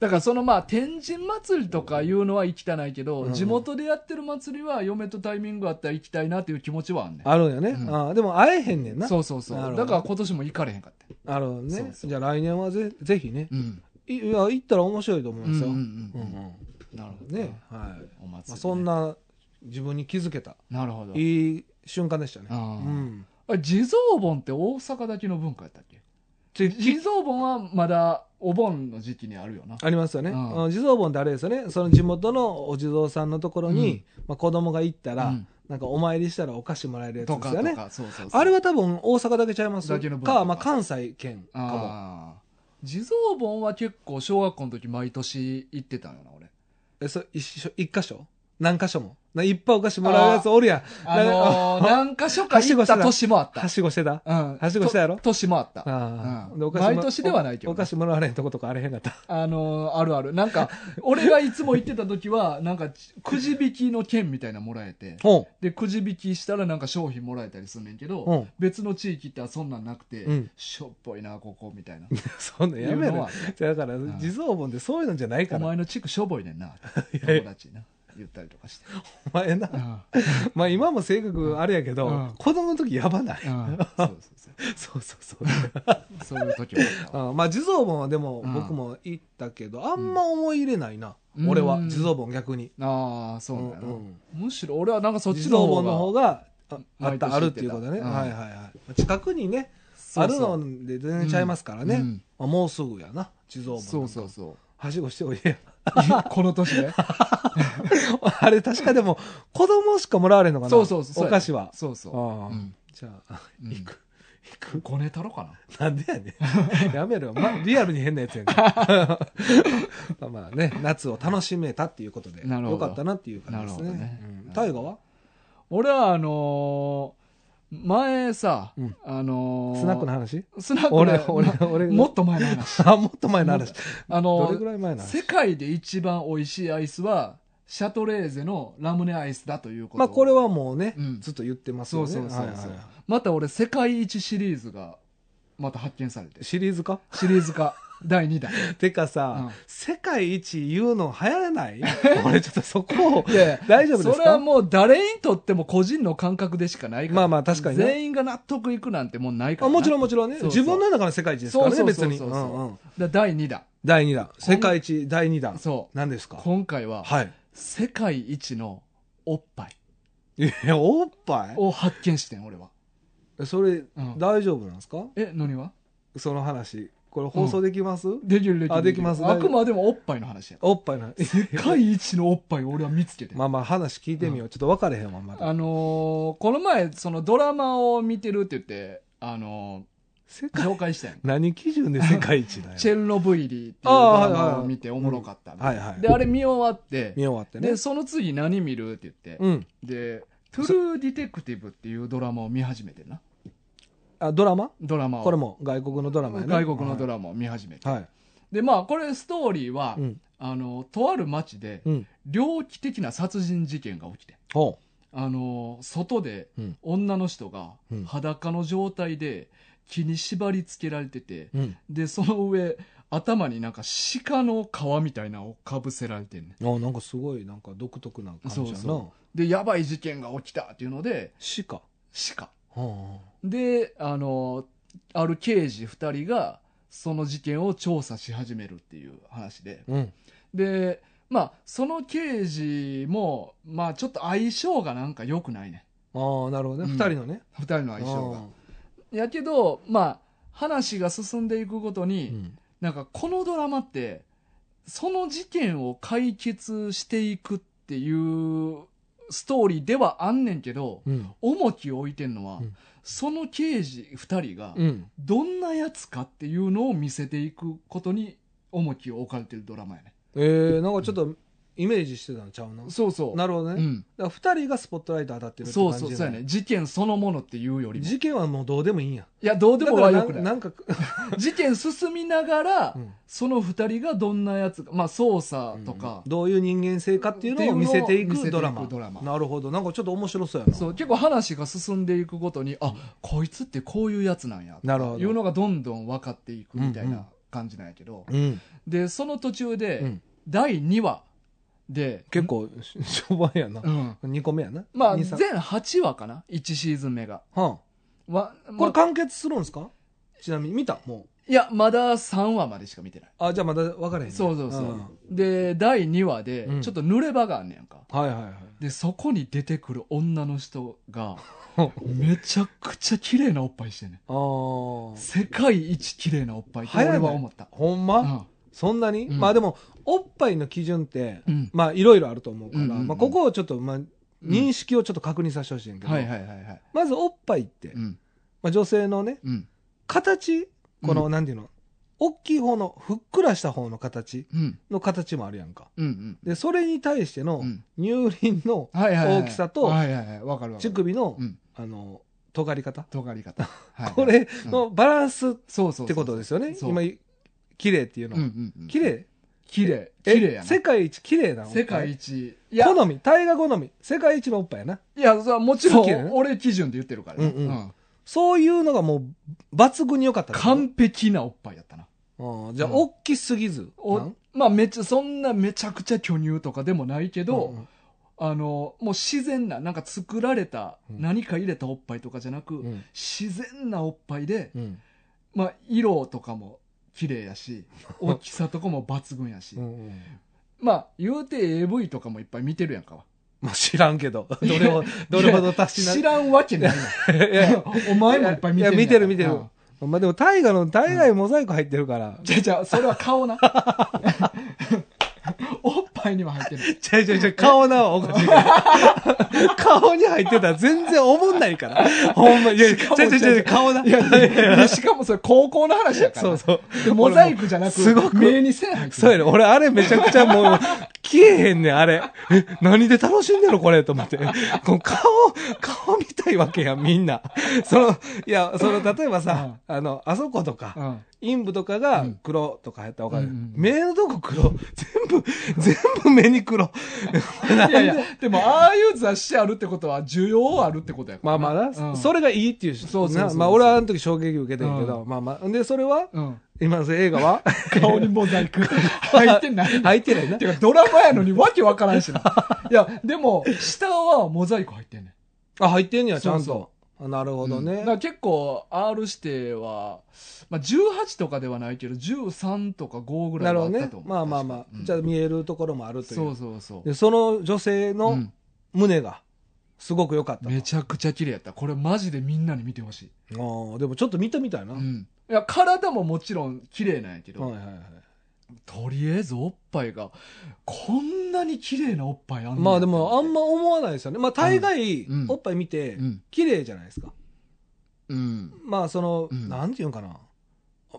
S1: だからそのまあ天神祭りとかいうのは行きたないけど、
S2: うん
S1: 地元でやってる祭りは嫁とタイミングあったら行きたいなっていう気持ちはあんねん
S2: あるんやね、
S1: うん
S2: あーでも会えへんねんな
S1: そうそうそ
S2: なる
S1: う
S2: ほど
S1: だから今年も行かれへんかった
S2: あるね
S1: そうそう
S2: じゃあ来年はぜぜひね、
S1: うん
S2: いいや行ったら面白いと思い
S1: うん
S2: ま
S1: うん
S2: す
S1: う
S2: よ、
S1: ん
S2: うん
S1: うんなるほ
S2: うん
S1: ど
S2: ねはい、
S1: お祭りね
S2: まあ、そんな自分に気づけた
S1: なるほど
S2: いい瞬間でしたね
S1: あ
S2: う
S1: ー
S2: ん
S1: あ地蔵盆って大阪だけの文化やったっけ地蔵盆はまだお盆の時期にあるよな
S2: ありますよね、
S1: う
S2: うんん、地蔵盆ってあれですよねその地元のお地蔵さんのところに、まあ、子供が行ったら、
S1: うん
S2: なんかお参りしたらお菓子もらえるやつ
S1: と
S2: で
S1: か
S2: すよ
S1: と
S2: ね
S1: かそうそうそう
S2: あれは多分大阪だけちゃいます
S1: だけの文化
S2: か、まあ、関西圏かも
S1: あー地蔵盆は結構小学校の時毎年行ってたんよな俺
S2: えそ一緒一箇所何箇所もないっぱいお菓子もらえるやつおるやん
S1: あのー、
S2: な
S1: 何か所か行った年もあっ
S2: は
S1: た。
S2: しごしてた
S1: うん。
S2: はしごしたやろ
S1: と年もあった。
S2: あ
S1: う
S2: あ
S1: ん
S2: でお菓子も
S1: 毎年ではないけどね
S2: おお菓子もらわれへんとことかあれへんかった
S1: あのー、あるある。なんか、俺がいつも行ってた時は、なんか、くじ引きの券みたいなのもらえて、
S2: おう
S1: で、くじ引きしたらなんか商品もらえたりすんねんけ
S2: う
S1: ど、
S2: ん
S1: 別の地域ってはそんなんなくて
S2: うん、
S1: しょっぽいな、ここ、みたいな。
S2: そんなんやめ
S1: いうの
S2: ろ
S1: は
S2: だから地蔵盆ってそういうのじゃないか
S1: お
S2: らお
S1: 前
S2: 前
S1: の地区しょぼいねんな、
S2: い
S1: 友
S2: や
S1: 達にな。言ったりとか して。
S2: な
S1: うん
S2: まあ今も性格あれやけど、
S1: うん
S2: 子供の時やばない、
S1: うんそうそう
S2: そうそうそ
S1: そう。
S2: う
S1: そういう時はあったわ。
S2: あまあ地蔵盆はでも
S1: うん
S2: 僕も行ったけど、あんま思い入れないな、俺は
S1: うん
S2: 地蔵盆逆に
S1: ああ、そうだよ
S2: う
S1: なん
S2: うん。
S1: むしろ俺はなんかそっち
S2: 地
S1: の
S2: 蔵
S1: 方
S2: 盆の
S1: が
S2: 方。がああ
S1: 毎年行って
S2: った
S1: た
S2: あるっていうことね、
S1: うん
S2: はいはいはい近くにね
S1: そうそう
S2: あるので全然ちゃいますからね、
S1: うんうん
S2: まあ、もうすぐやな地蔵盆なんか
S1: そうそうそう。
S2: はしごしておいでや
S1: この年ね。
S2: あれ確かでも子供しかもらわれんのかな
S1: そうそうそう。
S2: お菓子は
S1: そうそう。
S2: ああ
S1: うん
S2: じゃあ
S1: うん
S2: 行く 行く
S1: ごねたろかな。
S2: なんでやねん やめろよ、ま、リアルに変なやつやん かまあまあね夏を楽しめたっていうことで
S1: なるほ
S2: よ
S1: ど
S2: かったなっていう感じですね
S1: なるほどね
S2: うん大河は
S1: 俺はあのー、前さ
S2: うん、
S1: あのー、
S2: スナックの話
S1: スナックの
S2: 俺俺俺
S1: もっと前の 話。
S2: あもっと前の話
S1: あ
S2: ど
S1: の
S2: れぐらい前
S1: ー、
S2: の話
S1: 世界で一番美味しいアイスは、シャトレーゼのラムネアイスだということ。
S2: まあこれはもうね、
S1: うん
S2: ずっと言ってますよ
S1: そう
S2: ね。
S1: そうそう
S2: はいはい
S1: そう
S2: は。
S1: また俺、世界一シリーズが、また発見されて
S2: い。シリーズ化
S1: シリーズ化、第2弾。
S2: てかさ、
S1: うん
S2: 世界一言うの流行らない 俺ちょっとそこを
S1: いやいや
S2: 大丈夫ですか
S1: それはもう誰にとっても個人の感覚でしかないから。
S2: まあまあ確かにね
S1: 全員が納得いくなんてもうないから
S2: あ
S1: な。
S2: もちろん
S1: ん。
S2: もちろんね
S1: そうそう
S2: 自分の中の世界一ですから
S1: そ
S2: ね
S1: うそう
S2: 別
S1: そう
S2: に、
S1: そううん
S2: うん、
S1: だ第2弾。
S2: 第2弾世界一第2弾
S1: そう。
S2: 何ですか
S1: 今回は、
S2: はい
S1: 世界一のおっぱい
S2: いやおっぱい
S1: を発見してん、俺は。
S2: それ、
S1: ん
S2: 大丈夫なんですか
S1: え、何は
S2: その話これ放送できます、
S1: できるできる。
S2: あできます
S1: あくまでもおっぱいの話や。
S2: おっぱい な
S1: 世界一のおっぱいを俺は見つけてん。
S2: まあまあ話聞いてみよう、ちょっと分かれへんわまだ
S1: あのーこの前、そのドラマを見てるって言って、あの
S2: 世
S1: ー
S2: 界
S1: 紹介した やん。
S2: 何基準で世界一だよ
S1: チェルノブイリっていうドラマを見ておもろかったみたいな。
S2: はいはい
S1: で、あれ見終わって、
S2: 見終わってね
S1: でその次何見るって言って、
S2: うん
S1: で「トゥルー・ディテクティブ」っていうドラマを見始めてな
S2: あドラマ
S1: ドラマを
S2: これも外国のドラマやね
S1: 外国のドラマを見始めて、
S2: マはい、
S1: でまあこれストーリーは、
S2: うん
S1: あのとある町で
S2: うん
S1: 猟奇的な殺人事件が起きて
S2: ほ
S1: あの外で
S2: ううん
S1: 女の人が
S2: うん
S1: 裸の状態で木に縛り付けられてて、
S2: うん
S1: でその上頭になんか鹿の皮みたいなのをかぶせられてんねん
S2: あなんかすごいなんか独特な感じやな
S1: そうそでやばい事件が起きたっていうので
S2: 死か
S1: 鹿
S2: は
S1: であのある刑事2人がその事件を調査し始めるっていう話で
S2: あうん
S1: でまあその刑事もまあちょっと相性がなんか良くないね
S2: ああなるほどね、
S1: うん
S2: 二人のね
S1: 2人の相性
S2: あ
S1: が
S2: ー
S1: やけどまあ話が進んでいくごとに、
S2: うん
S1: なんかこのドラマってその事件を解決していくっていうストーリーではあんねんけど、
S2: うん
S1: 重きを置いてんのは、
S2: うん
S1: その刑事2人が、
S2: うん
S1: どんなやつかっていうのを見せていくことに重きを置かれてるドラマやね
S2: えー、なんかちょっとイメージしてたのちゃうな、
S1: そうそう
S2: なるほどね、だ
S1: うん、
S2: から二人がスポットライト当たってるって
S1: そ
S2: 感
S1: う
S2: じ
S1: そう
S2: なん
S1: そうやね事件そのものっていうよりもい
S2: 事件はもうどうでもいいんや
S1: やどうでもは
S2: だ
S1: よ
S2: か
S1: く
S2: らな
S1: ない
S2: んか、
S1: 事件進みながら、
S2: うん
S1: その2人がどんなやつかまあ捜査とか、
S2: どういう人間性かっていうのを見せていくドラマ
S1: 見せていくドラマ
S2: なるほどなんかちょっと面白そうやな
S1: そう結構話が進んでいくごとにあこいつってこういうやつなんや
S2: なるほど
S1: いうのがどんどん分かっていくみたいな感じなんやけど、
S2: うん。
S1: で、その途中で、
S2: うん
S1: 第2話で、
S2: 結構、 し序盤やな
S1: う。ん。
S2: 2個目やな。
S1: まあ、
S2: 二三
S1: 全8話かな ?1 シーズン目が。
S2: は
S1: わ
S2: あ、こ
S1: ま
S2: れ完結するんですかちなみに見たもう。
S1: いや、まだ3話までしか見てない。
S2: あ、じゃあまだ分からへんね。
S1: そうそうそう。
S2: ん
S1: で、第2話で
S2: う、ん
S1: ちょっと濡れ場があんねやんか。
S2: はいはいはい。
S1: で、そこに出てくる女の人が、めちゃくちゃ綺麗なおっぱいしてんねん。
S2: あー。
S1: 世界一綺麗なおっぱいって俺は思った。
S2: ほんま、
S1: うん
S2: そんなに、
S1: うん
S2: まあでも、おっぱいの基準って、
S1: うん
S2: まあいろいろあると思うから、
S1: うんうんうん
S2: まあここをちょっと、まあ、認識をちょっと確認させてほしいんやけど、
S1: はいはいはいはい。
S2: まずおっぱいって、
S1: うん。
S2: まあ女性のね、
S1: うん。
S2: 形、この、
S1: う
S2: なんていうの、大きい方の、ふっくらした方の形
S1: うん。
S2: の形もあるやんか。
S1: うん。うん。
S2: で、それに対しての
S1: うん
S2: 乳輪の
S1: はいはいはい
S2: 大きさと
S1: はいはいはい。わかるわか
S2: 乳
S1: る。
S2: 首の、
S1: うん。
S2: あの、尖り方。
S1: 尖り方。はい
S2: こ、れのバラン
S1: そ
S2: スっ
S1: うそうそう。
S2: てことですよね。
S1: そう
S2: 今、綺麗っていう
S1: うんう
S2: のは。
S1: んうん。
S2: 綺麗
S1: 綺麗。綺
S2: え
S1: 麗やな。
S2: 世界一綺麗なおっぱい
S1: 世界一。いや、
S2: 好み、大河好み、世界一のおっぱいやな。
S1: いや、それはもちろ、
S2: 好きやなん
S1: 俺基準で言ってるからね。
S2: うんうんそういうのがもう、抜群に良かったってこと。
S1: 完璧なおっぱいやったな。
S2: うんじゃあ、
S1: うん
S2: 大きすぎず。
S1: お
S2: なん
S1: まあ、めっちゃ、そんなめちゃくちゃ巨乳とかでもないけど、
S2: うん
S1: あの、もう自然な、なんか作られた、
S2: うん
S1: 何か入れたおっぱいとかじゃなく、
S2: うん
S1: 自然なおっぱいで、
S2: うん
S1: まあ、色とかも綺麗やし、大きさとかも抜群やし、
S2: うんうん
S1: まあ、言うて AV とかもいっぱい見てるやんかわ。
S2: まあ知らんけど、 どれほど、どれほど達しな
S1: 知らんわけないや
S2: いやいや
S1: ん。 お前もいっぱい見てるやん
S2: いや見てる見てる
S1: うん
S2: まあでも、大河の、大河にモザイク入ってるから。
S1: じゃあじゃあそれは顔な。 おっぱいには入ってない。
S2: ちゃいちゃいちゃい、顔なおかし いから。顔に入ってたら全然思んないから。ほんま、いやいや、ち
S1: しかも
S2: ゃいちゃいちゃい、顔な。
S1: いや、で しかもそれ高校の話やから。
S2: そうそう。
S1: でモザイクじゃなく、
S2: すごく
S1: 目に線入ってる
S2: そうやね。俺、あれめちゃくちゃもう、消えへんねん、あれ。え、何で楽しんでるのこれと思って。この顔、顔見たいわけやん、みんな。その、いや、その、例えばさ、あの、あそことか、
S1: うん
S2: 陰部とかが黒とかやったらわかる、
S1: うんうん
S2: 目のとこ黒。 全部、全部目に黒。
S1: いやいや、でもああいう雑誌あるってことは需要あるってことやか
S2: ま
S1: ら
S2: あ
S1: な。
S2: まあな、
S1: うん
S2: それがいいっていうし
S1: そうそうそう
S2: なまあ俺はあの時衝撃受けてるけど、まあまあ。で、それは、
S1: うん
S2: 今の映画は
S1: 顔にモザイク 入ってない。
S2: 入ってないな
S1: て。かドラマやのにわけわからん しな。いや、でも、下はモザイク入ってんねん。
S2: あ、入ってんねや、ちゃんと。
S1: そ
S2: あなるほど
S1: うんだ
S2: ね
S1: か。ら結構 R 指定は、まあ、18とかではないけど13とか5ぐら
S2: ないる
S1: はあ
S2: ほど
S1: った
S2: ね
S1: と思う。
S2: まあまあまあ、
S1: うん
S2: じゃあ見えるところもあるという
S1: そうそうそう、
S2: でその女性
S1: う
S2: の
S1: ん
S2: 胸がすごく良かったと、
S1: めちゃくちゃ綺麗やったこれマジでみんなに見てほしい、
S2: あーでもちょっと見てみたいな、
S1: うんいや体ももちろん綺麗なんやけど、
S2: はいはいはい
S1: とりあえずおっぱいがこんなに綺麗なおっぱいあんねん
S2: まあでもあんま思わないですよねまあ大概
S1: うん
S2: おっぱい見て
S1: うん
S2: 綺麗じゃないですか、
S1: うん
S2: まあその、
S1: うん
S2: なんていうんかな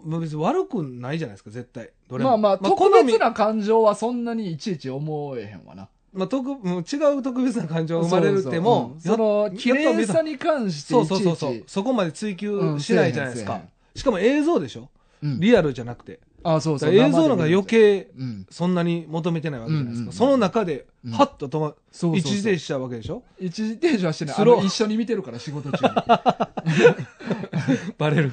S2: まあ別に悪くないじゃないですか絶対どれも
S1: まあまあ、特
S2: 好み
S1: 別な感情はそんなにいちいち思えへんわな。
S2: まあ特うん違う特別な感情が生まれるっても
S1: そうそううんその、綺
S2: やっぱ
S1: 麗
S2: 見た
S1: さに関してい
S2: そ
S1: ち
S2: う
S1: いち。
S2: そうそうそうそこまで追求しないじゃないですか、
S1: うんせえへん
S2: しかも映像でしょ
S1: うん
S2: リアルじゃなくて、
S1: あ、そうそう。
S2: 映像の方が余計
S1: うん。
S2: そんなに求めてないわけじゃないですか、
S1: うんうんうん
S2: その中で
S1: うん
S2: ハッと止ま、
S1: そうそうそう
S2: 一時停止しちゃうわけでしょ
S1: 一時停止はしてない。
S2: スロー
S1: あの一緒に見てるから仕事 中に。
S2: バレる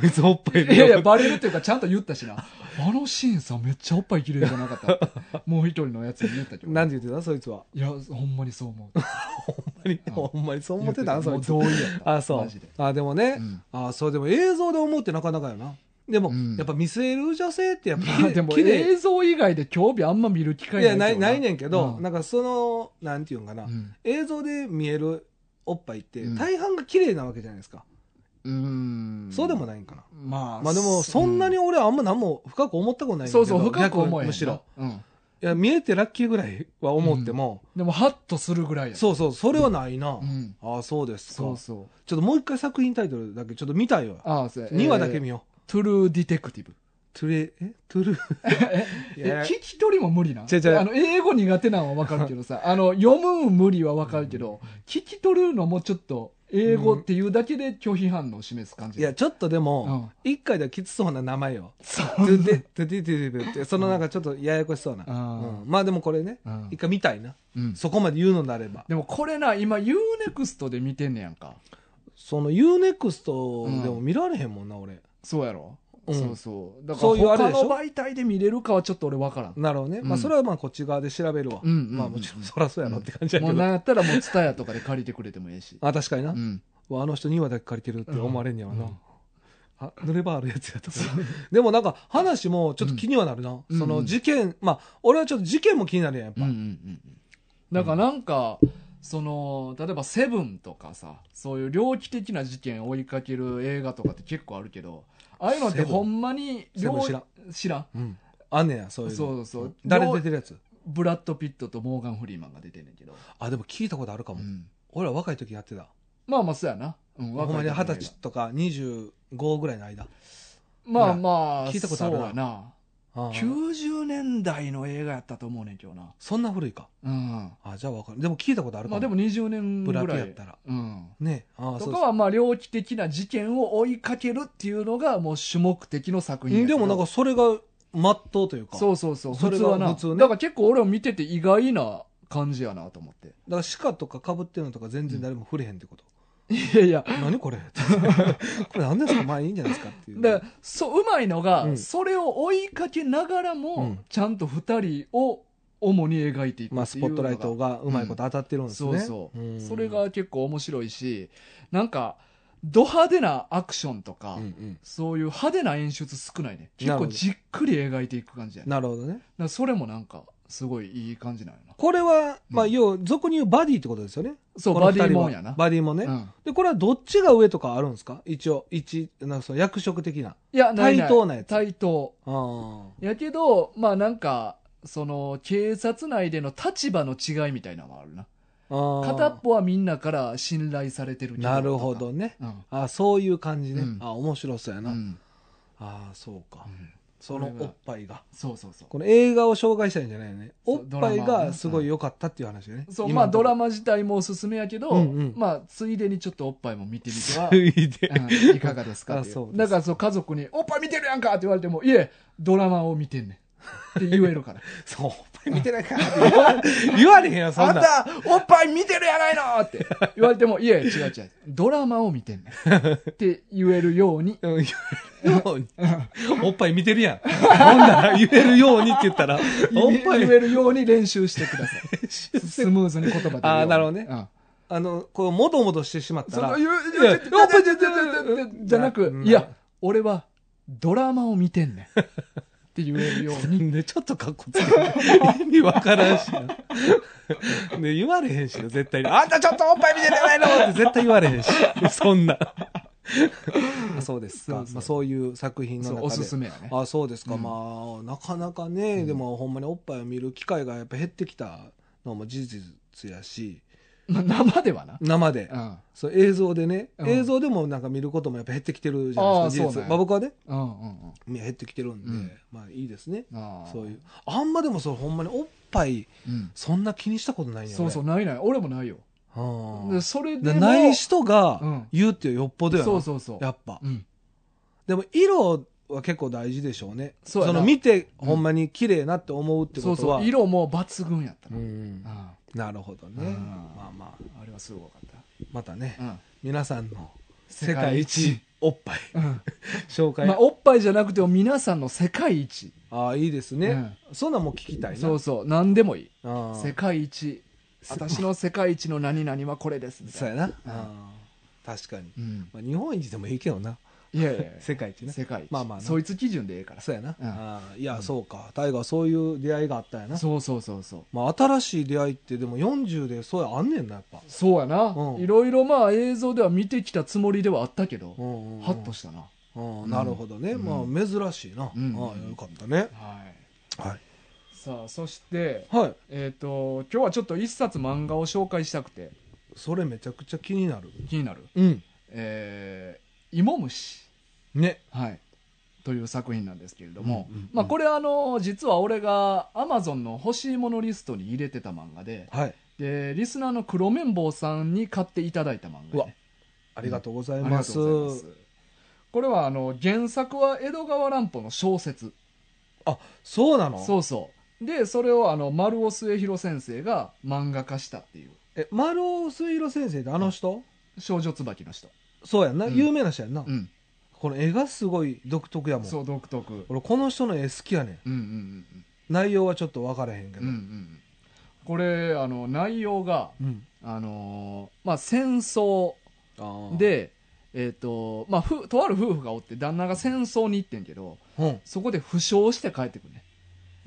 S2: こいつおっぱい
S1: いやいや、
S2: バ
S1: バレるっていうかちゃんと言ったしな。あのシーンさ、めっちゃおっぱい綺麗じゃなか った。もう一人のやつに言ったけど。
S2: なんて言ってたそいつはい
S1: や、ほんまにそう思う。
S2: ほんまに
S1: うん
S2: ほんまにそう思ってた
S1: 言
S2: そ
S1: も
S2: いうつ
S1: 同意やった。
S2: あそ
S1: マ
S2: う
S1: ジで。
S2: あでもね、
S1: うん
S2: あそうでも映像で思うってなかなかよなでも、
S1: うん
S2: やっぱ見据える女性ってやっぱ
S1: まあでも
S2: 綺麗
S1: 映像以外で興味あんま見る機会
S2: い
S1: ない
S2: やない
S1: けど
S2: ないねんけど、
S1: うん
S2: なんかそのなんていうんかな、
S1: うん
S2: 映像で見えるおっぱいって
S1: うん
S2: 大半が綺麗なわけじゃないですか、
S1: うん。
S2: そうでも
S1: い。
S2: ないんかな
S1: まあ、
S2: まあでもそんなに俺はあんま何も深く思ったことな
S1: うん
S2: い
S1: ん、
S2: だ
S1: そ
S2: けど
S1: うそう、深く思えへんな
S2: 逆むしろ。
S1: うん。
S2: いや見えてラッキーぐらいは思っても、
S1: でも、ハッとするぐらいや。
S2: そうそうそれはないな、
S1: うん。
S2: ああそうですか
S1: そうそう。
S2: ちょっともう一回作品タイトルだけちょっと見たいわ
S1: ああ、そうや
S2: 2話だけ見
S1: えー
S2: よ
S1: トゥルーディテクティブ。
S2: う、トゥレえトゥル
S1: え
S2: いや
S1: 聞き取りも無理な
S2: 違う違う
S1: あの英語苦手なのは分かるけど さあの読むん無理は分かるけど、聞き取るのもちょっと英語っていうだけで拒否反応を示す感じ
S2: いやちょっとでも、一回ではきつそうな名前よトゥデトゥデトゥデってそのなんかちょっとややこしそうな、
S1: うん
S2: うんまあでもこれね
S1: うん
S2: 一回見たいな、
S1: うん
S2: そこまで言うのであれば
S1: でもこれな今 UNEXT で見てんねやんか
S2: その UNEXT でも見られへんもんな俺、
S1: そうやろ
S2: うん
S1: そうそうだか
S2: そういうあれ
S1: ら他
S2: でしょ
S1: の媒体で見れるかはちょっと俺分からん
S2: なるほどね。
S1: う
S2: まあ、
S1: ん
S2: それはまあ、こっち側で調べるわ。
S1: うんうんうん
S2: まあ、もちろん、そらそうやろって感じや
S1: も
S2: け
S1: うな
S2: ど。
S1: んやったらもうツタヤとかで借りてくれてもええ し、
S2: あ、確かにな
S1: う。ん、
S2: わあの人2話だけ借りてるって思われんねやろ
S1: う。
S2: なんあ、濡れ場あるやつやとか。でもなんか、話もちょっと気にはなるな。
S1: うん
S2: そ
S1: うんう
S2: の
S1: ん
S2: 事件、まあ、俺はちょっと事件も気になるやん、やっ
S1: うん
S2: ぱ。
S1: うんうんだからなんか、その例えば「セブンとかさそういう猟奇的な事件を追いかける映画とかって結構あるけどああいうのっ
S2: セ
S1: て
S2: ブン
S1: ほんまに
S2: セブン知らん
S1: 猟知らん
S2: うん。あんねや、そういうの。
S1: そうそう
S2: うん誰出てるやつ
S1: ブラッド・ピットとモーガン・フリーマンが出てんねんけど、
S2: あ、でも聞いたことあるかも
S1: う。ん
S2: 俺ら若い時やってた。
S1: まあまあそうやな、うん、
S2: ほんまに
S1: 若
S2: 二
S1: い時の映画
S2: 十歳とか25ぐらいの間。
S1: まあまあ
S2: 聞いたことあるな
S1: そうやな
S2: ああ
S1: 90年代の映画やったと思うねんけどな
S2: そんな古いか。
S1: うん
S2: あ、じゃあわかる。でも聞いたことあるかも。
S1: まあでも20年ぐ
S2: ブ
S1: ら
S2: ラ
S1: い
S2: ピやったら。
S1: うん
S2: ねああ、
S1: と
S2: そう
S1: か
S2: そ
S1: はまあ猟奇的な事件を追いかけるっていうのがもう主目的の作
S2: う
S1: 品や
S2: ん
S1: けど
S2: でもなんかそれがまっとうというか。
S1: そうそうそう
S2: そ
S1: 普
S2: れ
S1: 通
S2: が
S1: はな
S2: 普通ね
S1: だから結構俺も見てて意外な感じやなと思 って
S2: だから鹿とか被ってるのとか全然誰も触れへんってこと。
S1: いやい や
S2: 何これ これ何ですかまあいいんじゃないですかっていう。
S1: だからそううまいのが、
S2: うん
S1: それを追いかけながらも、
S2: うん
S1: ちゃんと2人を主に描いていく
S2: まあ
S1: って
S2: ス
S1: いうのが、
S2: ポットライトがうまいこと当たってるんです
S1: そ
S2: ね。
S1: うそう、
S2: ん
S1: それ、が結構面白いしなんかド派手なアクションとか、
S2: うんうん
S1: そういう派手な演出少ないね
S2: な
S1: 結
S2: るほ
S1: 構
S2: ど
S1: じっくり描いていく感じやねだか
S2: なるほどね。
S1: らそれもなんかすごいいい感じなんやな
S2: これは、まあ
S1: うん
S2: 要、俗に言うバディってことですよね。
S1: そう
S2: この
S1: バ
S2: 二人
S1: デ
S2: は
S1: ィもんやな
S2: バディもね。
S1: うん
S2: で、これはどっちが上とかあるんですか一応、一、なんかその役職的な。
S1: いやないない
S2: 対等なやつ
S1: 対等
S2: ああ。
S1: やけどまあなんかその警察内での立場の違いみたいなのもあるな
S2: ああ
S1: 片っぽはみんなから信頼されてるけ
S2: なるほどね。
S1: とか
S2: あそういう感じね。
S1: うん
S2: あ面白そうや
S1: うん、
S2: な。
S1: うん
S2: あそうか。そ
S1: れが
S2: のおっぱいが。
S1: そうそうそう
S2: この映画を紹介したいんじゃないよね。
S1: そ
S2: お
S1: う
S2: っぱい
S1: ドラマを
S2: が
S1: ね
S2: すごい良かったっていう話ね。
S1: そうま
S2: 今
S1: あ
S2: の
S1: ド
S2: とこ
S1: ラマ自体もおすすめやけど、
S2: うんうん
S1: まあついでにちょっとおっぱいも見てみては、
S2: ついで。
S1: うんいかがですかってい
S2: あ
S1: う
S2: そうです
S1: だからそう家族に「おっぱい見てるやんか!」って言われても「いえドラマを見てんねん」って言える から「
S2: そう、おっぱい見てないからって言わ言われへんよ、そ
S1: あ
S2: ん
S1: ん
S2: な。
S1: たおっぱい見てるやないの!」って言われても「いえ違う違うドラマを見てんねん」って言えるように
S2: うん言われるようにおっぱい見てるやん。ほんなら言えるようにって言ったら、 お
S1: 言
S2: っ
S1: え
S2: ぱい
S1: るように練習してくださいスムーズに言葉で言うように
S2: あーなるほどね
S1: うん
S2: あの、こう、もどもどしてしまった
S1: そ
S2: ら
S1: の、言う
S2: いや
S1: 言う
S2: オープン
S1: じゃじゃじゃじゃじゃなく
S2: な、
S1: いや、俺はドラマを見てんねん。って言えるように。
S2: で、ちょっとかっこつけて意味わからん しな。ね、言われへんしな、絶対に。 あんたちょっとおっぱい見てないのって絶対言われへんし。そんな。あそうで す
S1: そ
S2: か
S1: う。そう
S2: まあ、そういう作品の
S1: そ
S2: 中
S1: う
S2: で。
S1: おすすめやね。
S2: あそうですか、
S1: うん
S2: まあなかなかね、
S1: うん
S2: でもほんまにおっぱいを見る機会がやっぱ減ってきたのも事実やし
S1: まあ生ではな。
S2: 生で、
S1: うん。
S2: そう映像でね、
S1: うん
S2: 映像でもなんか見ることもやっぱ減ってきてるじゃないですか
S1: あーそう
S2: 事実、
S1: なんや
S2: まあ、僕はね
S1: うんうん
S2: 減ってきてるんで、
S1: うん
S2: まあいいですね
S1: うん。ああ
S2: そういう。あんまでもそうほんまにおっぱい
S1: うん。
S2: そんな気にしたことないんや
S1: そうそう、ないない。俺もないよ。
S2: 俺
S1: でそれ
S2: う
S1: で
S2: ん
S1: も。
S2: ない人
S1: う
S2: が
S1: ん。
S2: 言うってよっぽどやな
S1: そうそうそう。
S2: やっぱ
S1: うん。
S2: でも色は結構大事でしょうね
S1: そうやな
S2: の見てほんまに綺麗なって思うって
S1: そ
S2: こ
S1: う
S2: と
S1: そ
S2: は
S1: う。色も抜群やった
S2: う
S1: な。
S2: ん
S1: うん
S2: なるほど
S1: う
S2: ね
S1: ん
S2: まあまあ
S1: あれはすごかっ
S2: またね
S1: た。うん。
S2: 皆さんの世
S1: 世
S2: 界
S1: 界
S2: 一
S1: 一
S2: おっぱい
S1: うん
S2: 紹介
S1: まあ、おっぱいじゃなくても皆さんの世界一。
S2: ああいいですねそんなんも聞きたいな
S1: そうそう。何でもいい。
S2: ああ
S1: 世界一私の世界一の何々はこれですみた
S2: そう
S1: い
S2: や
S1: な
S2: なああ確かに
S1: うん
S2: まあ日本一でもいいけどない
S1: やいやいや
S2: 世界一ね
S1: 世界一
S2: まあまあな
S1: そいつ基準でええから
S2: そうやな、
S1: うん
S2: ああいや、そうか大河はそういう出会いがあったんやな、
S1: そうそうそうそう
S2: まあ、新しい出会いってでも40でそうやあんねんなやっぱ、
S1: そうやな
S2: うん
S1: いろいろまあ映像では見てきたつもりではあったけど
S2: うんうんうん
S1: ハッとしたな
S2: うん
S1: うん
S2: なるほどね、
S1: うん
S2: まあ珍しいな、
S1: うん
S2: ああよかったね
S1: はい
S2: はい、
S1: さあそして
S2: はい、
S1: えっと今日はちょっと一冊漫画を紹介したくて
S2: それめちゃくちゃ気になる
S1: 気になる
S2: うん
S1: えー「芋虫
S2: ね」
S1: はいという作品なんですけれども
S2: うんうんうん
S1: まあこれあの実は俺がアマゾンの欲しいものリストに入れてた漫画で
S2: はい
S1: でリスナーの黒綿棒さんに買っていただいた漫
S2: う
S1: 画
S2: わ
S1: ね、
S2: ありがとうござい
S1: ありが
S2: ます
S1: とうございますこれはあの原作は江戸川乱歩の小説
S2: あそうなの
S1: そうそうでそれをあの丸尾末広先生が漫画化したっていう
S2: え丸尾水路先生ってあの人、
S1: 「少女椿の人
S2: そうやんな、
S1: うん
S2: 有名な人やんな、」
S1: うん
S2: この絵がすごい独特やもん
S1: そう独特
S2: 俺この人の絵好きやねん
S1: うんうん
S2: 内容はちょっと分からへんけ
S1: うんう
S2: ど
S1: んうんうんこれあの内容が
S2: うん
S1: あのーまあ戦争でえっ、とまあふとある夫婦がおって旦那が戦争に行ってんけど
S2: うん
S1: そこで負傷して帰ってくるね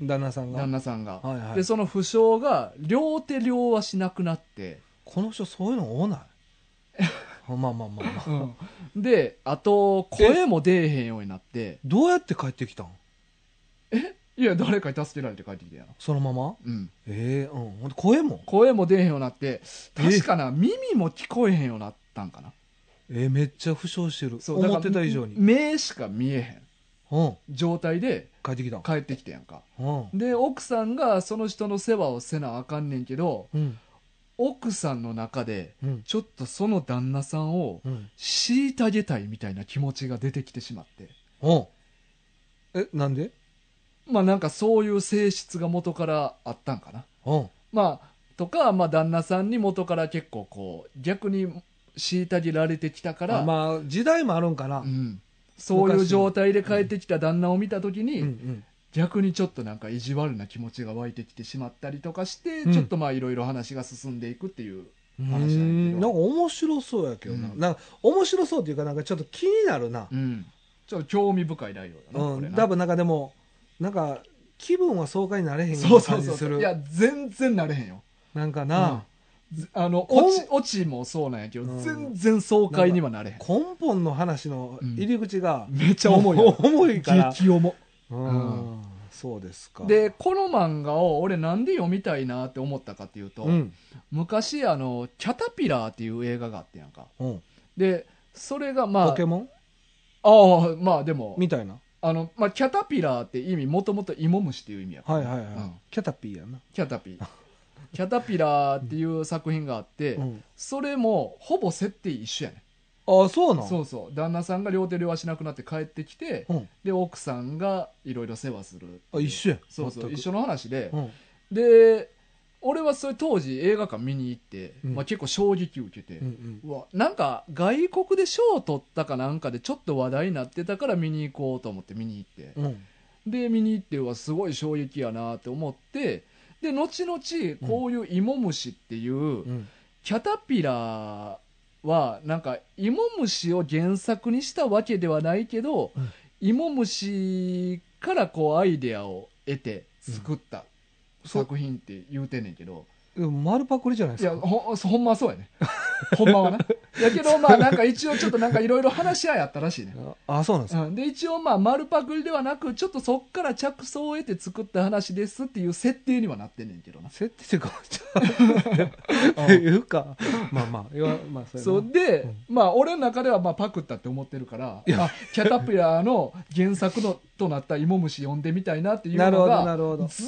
S2: 旦那さんが
S1: 旦那さんが、
S2: はいはい
S1: でその負傷が両手両足なくなって、
S2: この人そういうの多ない まあまあまあまあ
S1: であと声も出えへんようになって
S2: どうやって帰ってきたん
S1: いや誰かに助けられて帰ってきたやな、
S2: そのまま
S1: うん、
S2: ええうんほんで声も
S1: 声も出えへんようになって確かな耳も聞こえへんようになったんかな
S2: ええめっちゃ負傷してる
S1: そうだから
S2: 思ってた以上に
S1: 目しか見えへん
S2: うん
S1: 状態で
S2: 帰ってきたん
S1: 帰ってきてやんか
S2: うん
S1: で奥さんがその人の世話をせなあかんねんけど
S2: うん
S1: 奥さんの中で
S2: うん
S1: ちょっとその旦那さんを
S2: うん
S1: 虐げたいみたいな気持ちが出てきてしまって
S2: うんえなんで
S1: まあなんかそういう性質が元からあったんかな
S2: うん
S1: まあとか、まあ、旦那さんに元から結構こう逆に虐げられてきたから
S2: あまあ時代もあるんかな
S1: うん、そういう状態で帰ってきた旦那を見た時に、
S2: うんうん
S1: 逆にちょっとなんか意地悪な気持ちが湧いてきてしまったりとかして、
S2: うん
S1: ちょっとまあいろいろ話が進んでいくっていう
S2: う
S1: 話なんやけど
S2: んなんか面白そうやけどな,、
S1: うん
S2: なんか面白そうっていうかなんかちょっと気になるな
S1: うん、ちょっと興味深い内容だな、
S2: う
S1: これ
S2: ん、
S1: な
S2: 多分なんかでもなんか気分は爽快になれへんよう
S1: そう
S2: な
S1: そ
S2: 感
S1: う
S2: じす
S1: そう
S2: る
S1: いや全然なれへんよ
S2: なんかな、
S1: ずあの
S2: こん
S1: 落ち落ちもそうなんやけど、
S2: うん
S1: 全然爽快にはなれへん
S2: 根本の話の入り口が、
S1: めっちゃ 重い
S2: も
S1: よ
S2: う重いから、
S1: 激重
S2: うんそうですか
S1: でこの漫画を俺なんで読みたいなって思ったかっていうと、
S2: うん
S1: 昔あの「キャタピラー」っていう映画があってやんか
S2: うん、
S1: でそれがまあ
S2: ポケモン
S1: ああまあでも
S2: みたいな
S1: あの、まあ、キャタピラーって意味もともとイモムシっていう意味やから
S2: はいはいはい、
S1: うん
S2: キャタピーやな、
S1: キャタピーキャタピラーっていう作品があって、
S2: うん、
S1: それもほぼ設定一緒やね
S2: ああそうなん
S1: そうそう旦那さんが両手両足なくなって帰ってきて、
S2: うん、
S1: で奥さんがいろいろ世話する
S2: あ一緒やん
S1: そうそ
S2: 全
S1: う
S2: く
S1: 一緒の話で、
S2: うん
S1: で俺はそれ当時映画館見に行って、
S2: うん
S1: まあ、結構衝撃受けて、
S2: うんうん
S1: うわなんか外国で賞を取ったかなんかでちょっと話題になってたから見に行こうと思って見に行って、
S2: うん
S1: で見に行ってうわすごい衝撃やなって思ってで後々こういうイモムシっていう、
S2: うん
S1: キャタピラーはなんかイモムシを原作にしたわけではないけど、
S2: うん
S1: イモムシからこうアイデアを得て作った
S2: そう
S1: 作品って言うてんねんけど、
S2: でも丸パクリじゃないで
S1: い
S2: す
S1: や
S2: か
S1: ほほんまはそうやね ほんまはなやけどまあなんか一応ちょっとなんかいろいろ話し合いあったらしいね
S2: ああそうなんですか、
S1: うん、で一応まあ丸パクリではなくちょっとそっから着想を得て作った話ですっていう設定にはなってんねんけどな
S2: 設定っていうか っていうかまあまあいやまあそれな
S1: そうで、
S2: うん
S1: まあ俺の中ではまあパクったって思ってるからあキャタピラーの原作のとなった「イモムシ」読んでみたいなっていう
S2: なる
S1: の
S2: ほどな
S1: が
S2: るほど
S1: ず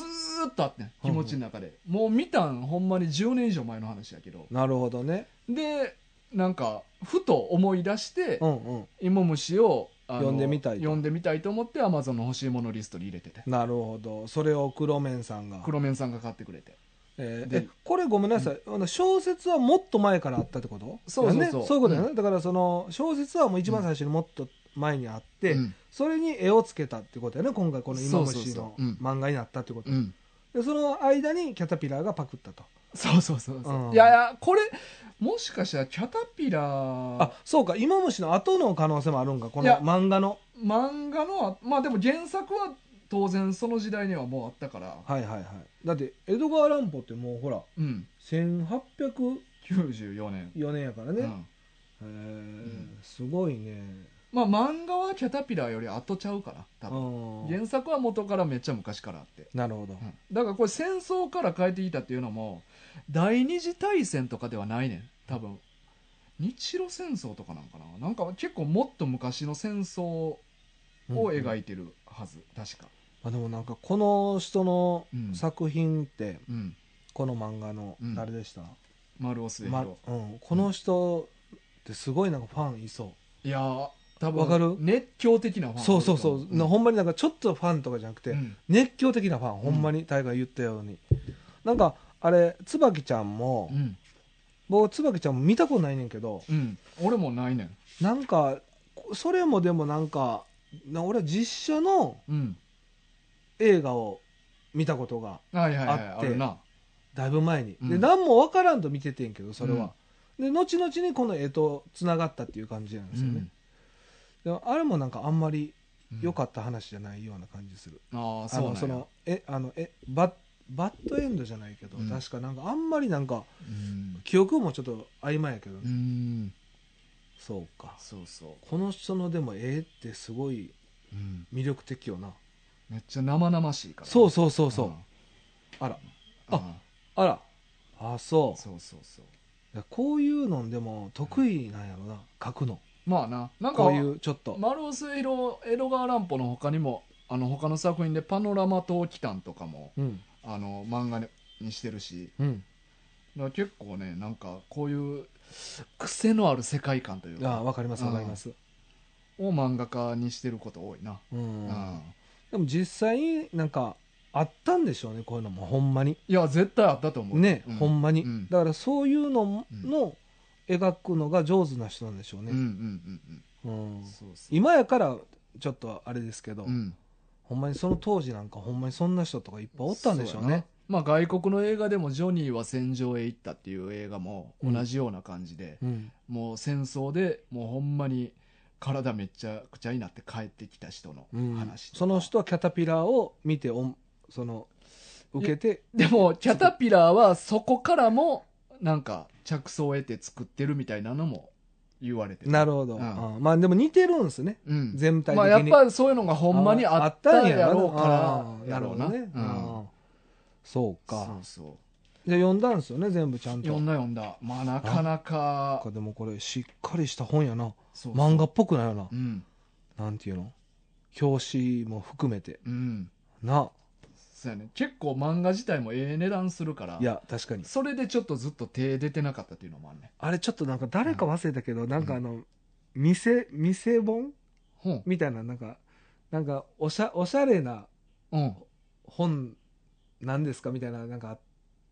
S1: ーっとあってん気持ちの中で、もう見たんほんまに10年以上前の話やけど
S2: なるほどね
S1: でなんかふと思い出して
S2: うんうん
S1: 「イモムシ」をあの
S2: 読んでみたいと
S1: 読んでみたいと思ってアマゾンの欲しいものリストに入れてて
S2: なるほどそれを黒面さんが、
S1: 黒面さんが買ってくれて
S2: えー
S1: で
S2: えこれごめんなさい、あの小説はもっと前からあったってこと
S1: そうそうそう
S2: だねそういうことだよね、だからその小説はもう一番最初にもっと前にあって、
S1: うん
S2: それに絵をつけたってことやね今回この「今
S1: そうそう
S2: 虫」
S1: そ
S2: の
S1: ううん
S2: 漫画になったってこと
S1: うん
S2: でその間にキャタピラーがパクったと
S1: そうそうそうそう、
S2: うん
S1: いやいやこれもしかしたらキャタピラー
S2: あそうか「今虫」の後の可能性もあるんかこ
S1: い
S2: の
S1: や
S2: 漫画の
S1: 漫画のはまあでも原作は当然その時代にはもうあったから
S2: はいはいはいだって江戸川乱歩ってもうほら
S1: うん
S2: 1804
S1: 94年、
S2: 年やからね、
S1: うん
S2: へえすごいね
S1: まあ漫画はキャタピラーより後ちゃうから多分
S2: うん
S1: 原作は元からめっちゃ昔からあって、
S2: なるほど、
S1: うんだからこれ戦争から変えてきたっていうのも第二次大戦とかではないねん多分日露戦争とかなんかななんか結構もっと昔の戦争を描
S2: い
S1: いてるはず、確か
S2: あでもなんかこの人の
S1: うん
S2: 作品って、
S1: うん
S2: この漫画の
S1: うん
S2: 誰でした、
S1: 丸尾末
S2: ま
S1: 広、
S2: うん、この人ってすごいなんかファンいそう、
S1: いやー多
S2: わかる
S1: 分熱狂的なファン
S2: そうそうそう、
S1: ん
S2: なほんまになんかちょっとファンとかじゃなくて、
S1: うん
S2: 熱狂的なファンほんまに大河言ったように、なんかあれ椿ちゃんも、
S1: うん
S2: 僕椿ちゃんも見たことないねんけど
S1: うん、俺もないねん
S2: なんかそれもでもなんかな俺は実写の
S1: うん
S2: 映画を見たことが
S1: はいはいはい
S2: あ
S1: あ
S2: って
S1: るな
S2: だいぶ前に、
S1: う
S2: で
S1: ん
S2: 何も分からんと見ててんけどそれは、で後々にこの絵とつながったっていう感じなんですよね、でもあれもなんかあんまり良
S1: っ
S2: かった話じゃないような感じする、
S1: たああ
S2: あ
S1: そうなん
S2: の
S1: や
S2: そのえあのえバッバッドエンドじゃないけど、
S1: うん
S2: 確かなんかあんまりなんか
S1: うん
S2: 記憶もちょっと曖昧やけどね、
S1: うん
S2: そうか
S1: そうそ、
S2: この人のでも絵ってすごいう
S1: うん、
S2: 魅力的よな
S1: めっちゃ生々しいからね、
S2: そう
S1: そ
S2: そうそうそうあらあ
S1: あ
S2: あらあそう
S1: そうそうそう
S2: いやこういうのんでも得意なんやろな書くの
S1: まあななんか
S2: こういうちょっと
S1: マルオスエロエロガーランポの他にもあの他の作品で「パノラマ島期間」とかも
S2: うん
S1: あの漫画にしてるし
S2: うん
S1: だから結構ねなんかこういう癖のある世界観という
S2: ああ
S1: か
S2: わかりますわかります
S1: を漫画家にしてること多いな、
S2: うん
S1: うん
S2: でも実際になんかあったんでしょうねこういうのもほんまに
S1: いや絶対あったと思う
S2: ね、
S1: う
S2: ほんまに、
S1: うん
S2: だからそういうの
S1: うん
S2: の描くのが上手な人なんでしょう
S1: うん
S2: ね、
S1: うんうん
S2: う
S1: う
S2: ん
S1: んそうそう
S2: 今やからちょっとあれですけど、
S1: うん
S2: ほんまにその当時なんかほんまにそんな人とかいっぱいおったんでしょうね
S1: まあ外国の映画でも「ジョニーは戦場へ行った」っていう映画も同じような感じで、
S2: うん
S1: もう戦争でもうほんまに体めっちゃくちゃになって帰ってきた人の
S2: うん
S1: 話とか
S2: その人はキャタピラーを見ておんその受けて
S1: でもキャタピラーはそこからもなんか着想を得て作ってるみたいなのも言われて
S2: な
S1: る
S2: るほど、
S1: うん
S2: ああまあでも似てるんですね
S1: うん
S2: 全体的に、
S1: まあやっぱりそういうのがほんまにあったんやろうからや
S2: なる
S1: ろ
S2: ほ
S1: う
S2: ど
S1: な
S2: ね、
S1: う
S2: あ
S1: ん
S2: あそう
S1: そ
S2: か
S1: うそう
S2: じゃあ読んだんですよね全部ちゃんと
S1: 読んだ読んだまあなかな
S2: なん
S1: か
S2: かでもこれしっかりした本やな
S1: そうそう
S2: 漫画っぽくないよな
S1: うん
S2: なんていうの表紙も含めて
S1: うん
S2: な
S1: そうやね結構漫画自体もええ値段するから
S2: いや確かに
S1: それでちょっとずっと手出てなかったっていうのもあるね
S2: あれちょっとなんか誰か忘れたけど、なんかあの店店本
S1: ほ
S2: みたいななんかなんかおしゃおしゃれな
S1: うんうん
S2: 本なんですかみたいななんかあっ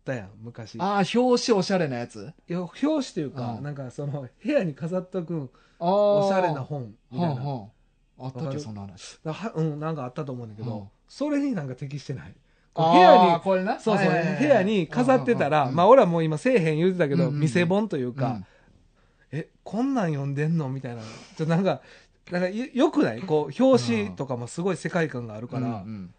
S2: たやん昔
S1: ああ表紙おしゃれなやつ
S2: いや表紙というか、
S1: うん
S2: なんかその部屋に飾っとく
S1: ああ
S2: おしゃれな本みたいな、
S1: はんはんあった
S2: わ
S1: っ
S2: か
S1: け
S2: る
S1: そんな話
S2: だはうん、なんかあったと思うんだけど、
S1: うん
S2: それになんか適してないこう
S1: あ
S2: 部屋
S1: ーこれな
S2: にそうそう、
S1: はいはいはい
S2: 部屋に飾ってたら、
S1: うんうんうん
S2: まあ俺はもう今せえへん言うてたけ
S1: う
S2: ど、
S1: んうんうん
S2: 見せ本というか、
S1: うん
S2: えこんなん読んでんのみたいなちょっとなんかなんかよよくないこう表紙とかもすごい世界観があるから、
S1: うん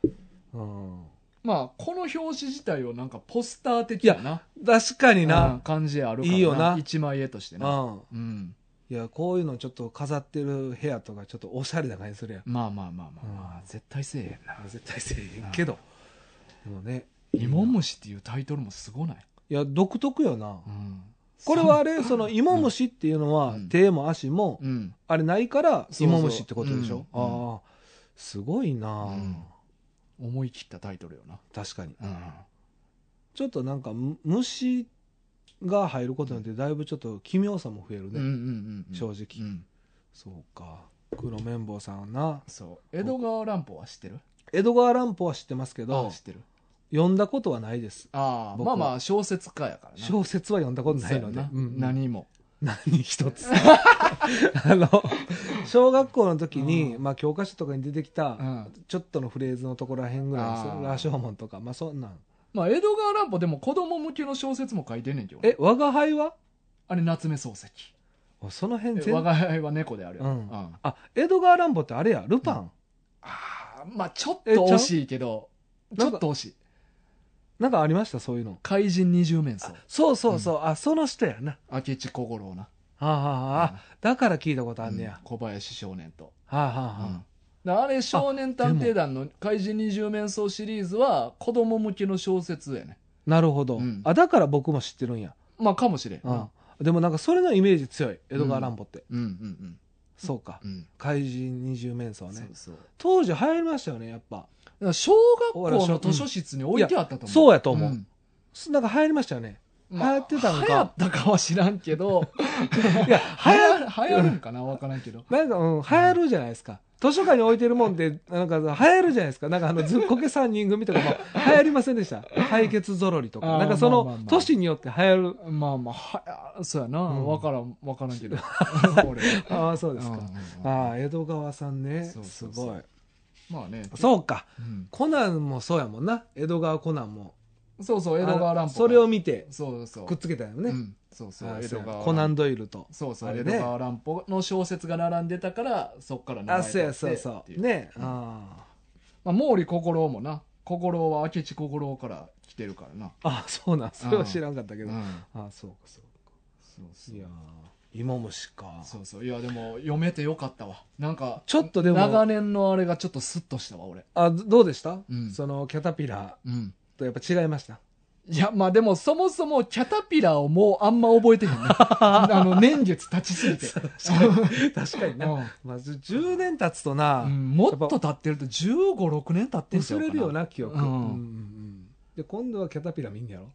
S1: うん
S2: うん
S1: まあこの表紙自体をなんかポスター的やな
S2: 確かに
S1: うん
S2: な、
S1: 感じあるから
S2: いいよな
S1: 一枚絵として
S2: う
S1: な、
S2: ん
S1: うん、
S2: いやこういうのちょっと飾ってる部屋とかちょっとおしゃれな感じするやん
S1: まあまあまあまあ、まあ
S2: うん
S1: 絶対せえへんな
S2: 絶対せえへんけどでもね
S1: 「芋虫」っていうタイトルもすごない、
S2: いや独特よな
S1: うん
S2: これはあれその芋虫っていうのは
S1: うん
S2: 手も足も
S1: うん
S2: あれないから
S1: そうそう
S2: 芋虫ってことでしょ
S1: うんうん
S2: ああすごいな
S1: うん思い切ったタイトルよな、
S2: 確かに
S1: うん、
S2: ちょっとなんかむ虫が入ることによってだいぶちょっと奇妙さも増える
S1: うんう
S2: ね
S1: んうん
S2: 正直
S1: うん
S2: そうか黒綿棒さんな
S1: そう江戸川乱歩は知ってる
S2: 江戸川乱歩は知ってますけ
S1: あ
S2: ど
S1: 知ってる
S2: 読んだことはないです
S1: ああ
S2: 僕
S1: ま
S2: は
S1: あまあ小説家やからな
S2: 小説は読んだことないの
S1: そう
S2: で
S1: やな
S2: うん
S1: 何も
S2: 何一つ あの小学校の時に、
S1: う
S2: まあ、教科書とかに出てきた、
S1: うん
S2: ちょっとのフレーズのところらへんぐらいです
S1: あ
S2: よ
S1: ー
S2: 羅生門とかまあそんなん
S1: まあ江戸川乱歩でも子供向けの小説も書いてんねんけどな
S2: え我が輩は
S1: あれ夏目漱石
S2: おその辺
S1: え我
S2: 全
S1: が輩は猫であるやん
S2: うん
S1: あ
S2: あ江戸川乱歩ってあれやルパン、
S1: あーまあちょっと
S2: えちゃう
S1: 惜しいけどち
S2: な
S1: ょ
S2: ん
S1: っ
S2: か
S1: と惜しい
S2: なんかありましたそういうの
S1: 怪人二十面相
S2: そうそうそう、あその人やな
S1: 明智小五郎な
S2: はあ、はあはあ、だから聞いたことあんねや、
S1: うん小林少年と
S2: はあはあはあ、
S1: うんあれ少年探偵団の怪人二十面相シリーズは子供向けの小説やね
S2: なるほど、
S1: うん
S2: あだから僕も知ってるんや、
S1: まあかもしれん
S2: う
S1: うん
S2: んでもなんかそれのイメージ強い江戸川乱歩って、
S1: うんうん
S2: そうか
S1: うん
S2: 怪人二十面相
S1: そ
S2: ね
S1: うそう
S2: 当時流行りましたよねやっぱ
S1: だから小学校の図書室に置いてあったと思う。
S2: うんそうやと思うんすなんか流行りました よね
S1: まあ
S2: 流行ってたんか
S1: 流行ったかは知らん けど、
S2: いや
S1: 流行流行るんかなわからんけど。
S2: なんか、うん、流行るじゃないですか、図書館に置いてるもんって、なんか流行るじゃないですか。なんかあの、ずっこけ3人組とかも流行りませんでした。解決ぞろりとか。
S1: あー
S2: なんかそ
S1: まあまあ
S2: の
S1: ま、あ
S2: 年によって流行る。
S1: まあまあはそうやな、
S2: うん
S1: わからんわからんけ ど俺
S2: ああ、そうですか。
S1: うん
S2: ああ、江戸川さんね。
S1: そう
S2: す
S1: そうそう
S2: ごい。
S1: まあね
S2: そうか。
S1: うん
S2: コナンもそうやもんな。江戸川コナンも。
S1: そうそう江戸川乱歩
S2: それを見て、
S1: そうそう
S2: くっつけたよ
S1: う
S2: ね。
S1: んそうそう
S2: ああ
S1: 江
S2: そう
S1: 戸
S2: や
S1: 川
S2: コナンドイルと。
S1: そうそう、
S2: あれ
S1: 江
S2: ね
S1: 戸川乱歩の小説が並んでたからそっから名
S2: あ、
S1: 前
S2: そうや、そ
S1: 取
S2: う
S1: って
S2: そ。
S1: っていう
S2: ね。あ
S1: まあ、毛利心郎もな心郎は明智心郎から来てるからな、
S2: あ。ああ、そうなん。それは知らんかったけ
S1: う
S2: ど。
S1: ん
S2: あ、あ、そうか、そうか。
S1: そうそう
S2: いやー芋虫か
S1: そうそういやでも読めてよかったわなんか
S2: ちょっとでも
S1: 長年のあれがちょっとスッとしたわ俺
S2: あどどうでした、
S1: うん
S2: そのキャタピラ
S1: うん
S2: ーとやっぱ違いま した
S1: いや、まあでも、そもそも、キャタピラーをもうあんま覚え てへんね。あの、年月経ちすぎて。
S2: 確かにな、
S1: うん
S2: まず10年経つとな、
S1: うんもっと経ってると、15、6年経ってんちゃ
S2: 薄
S1: うか
S2: れるよな記憶、
S1: うん
S2: うんうんうんで今度はキャタピラー見んねやろ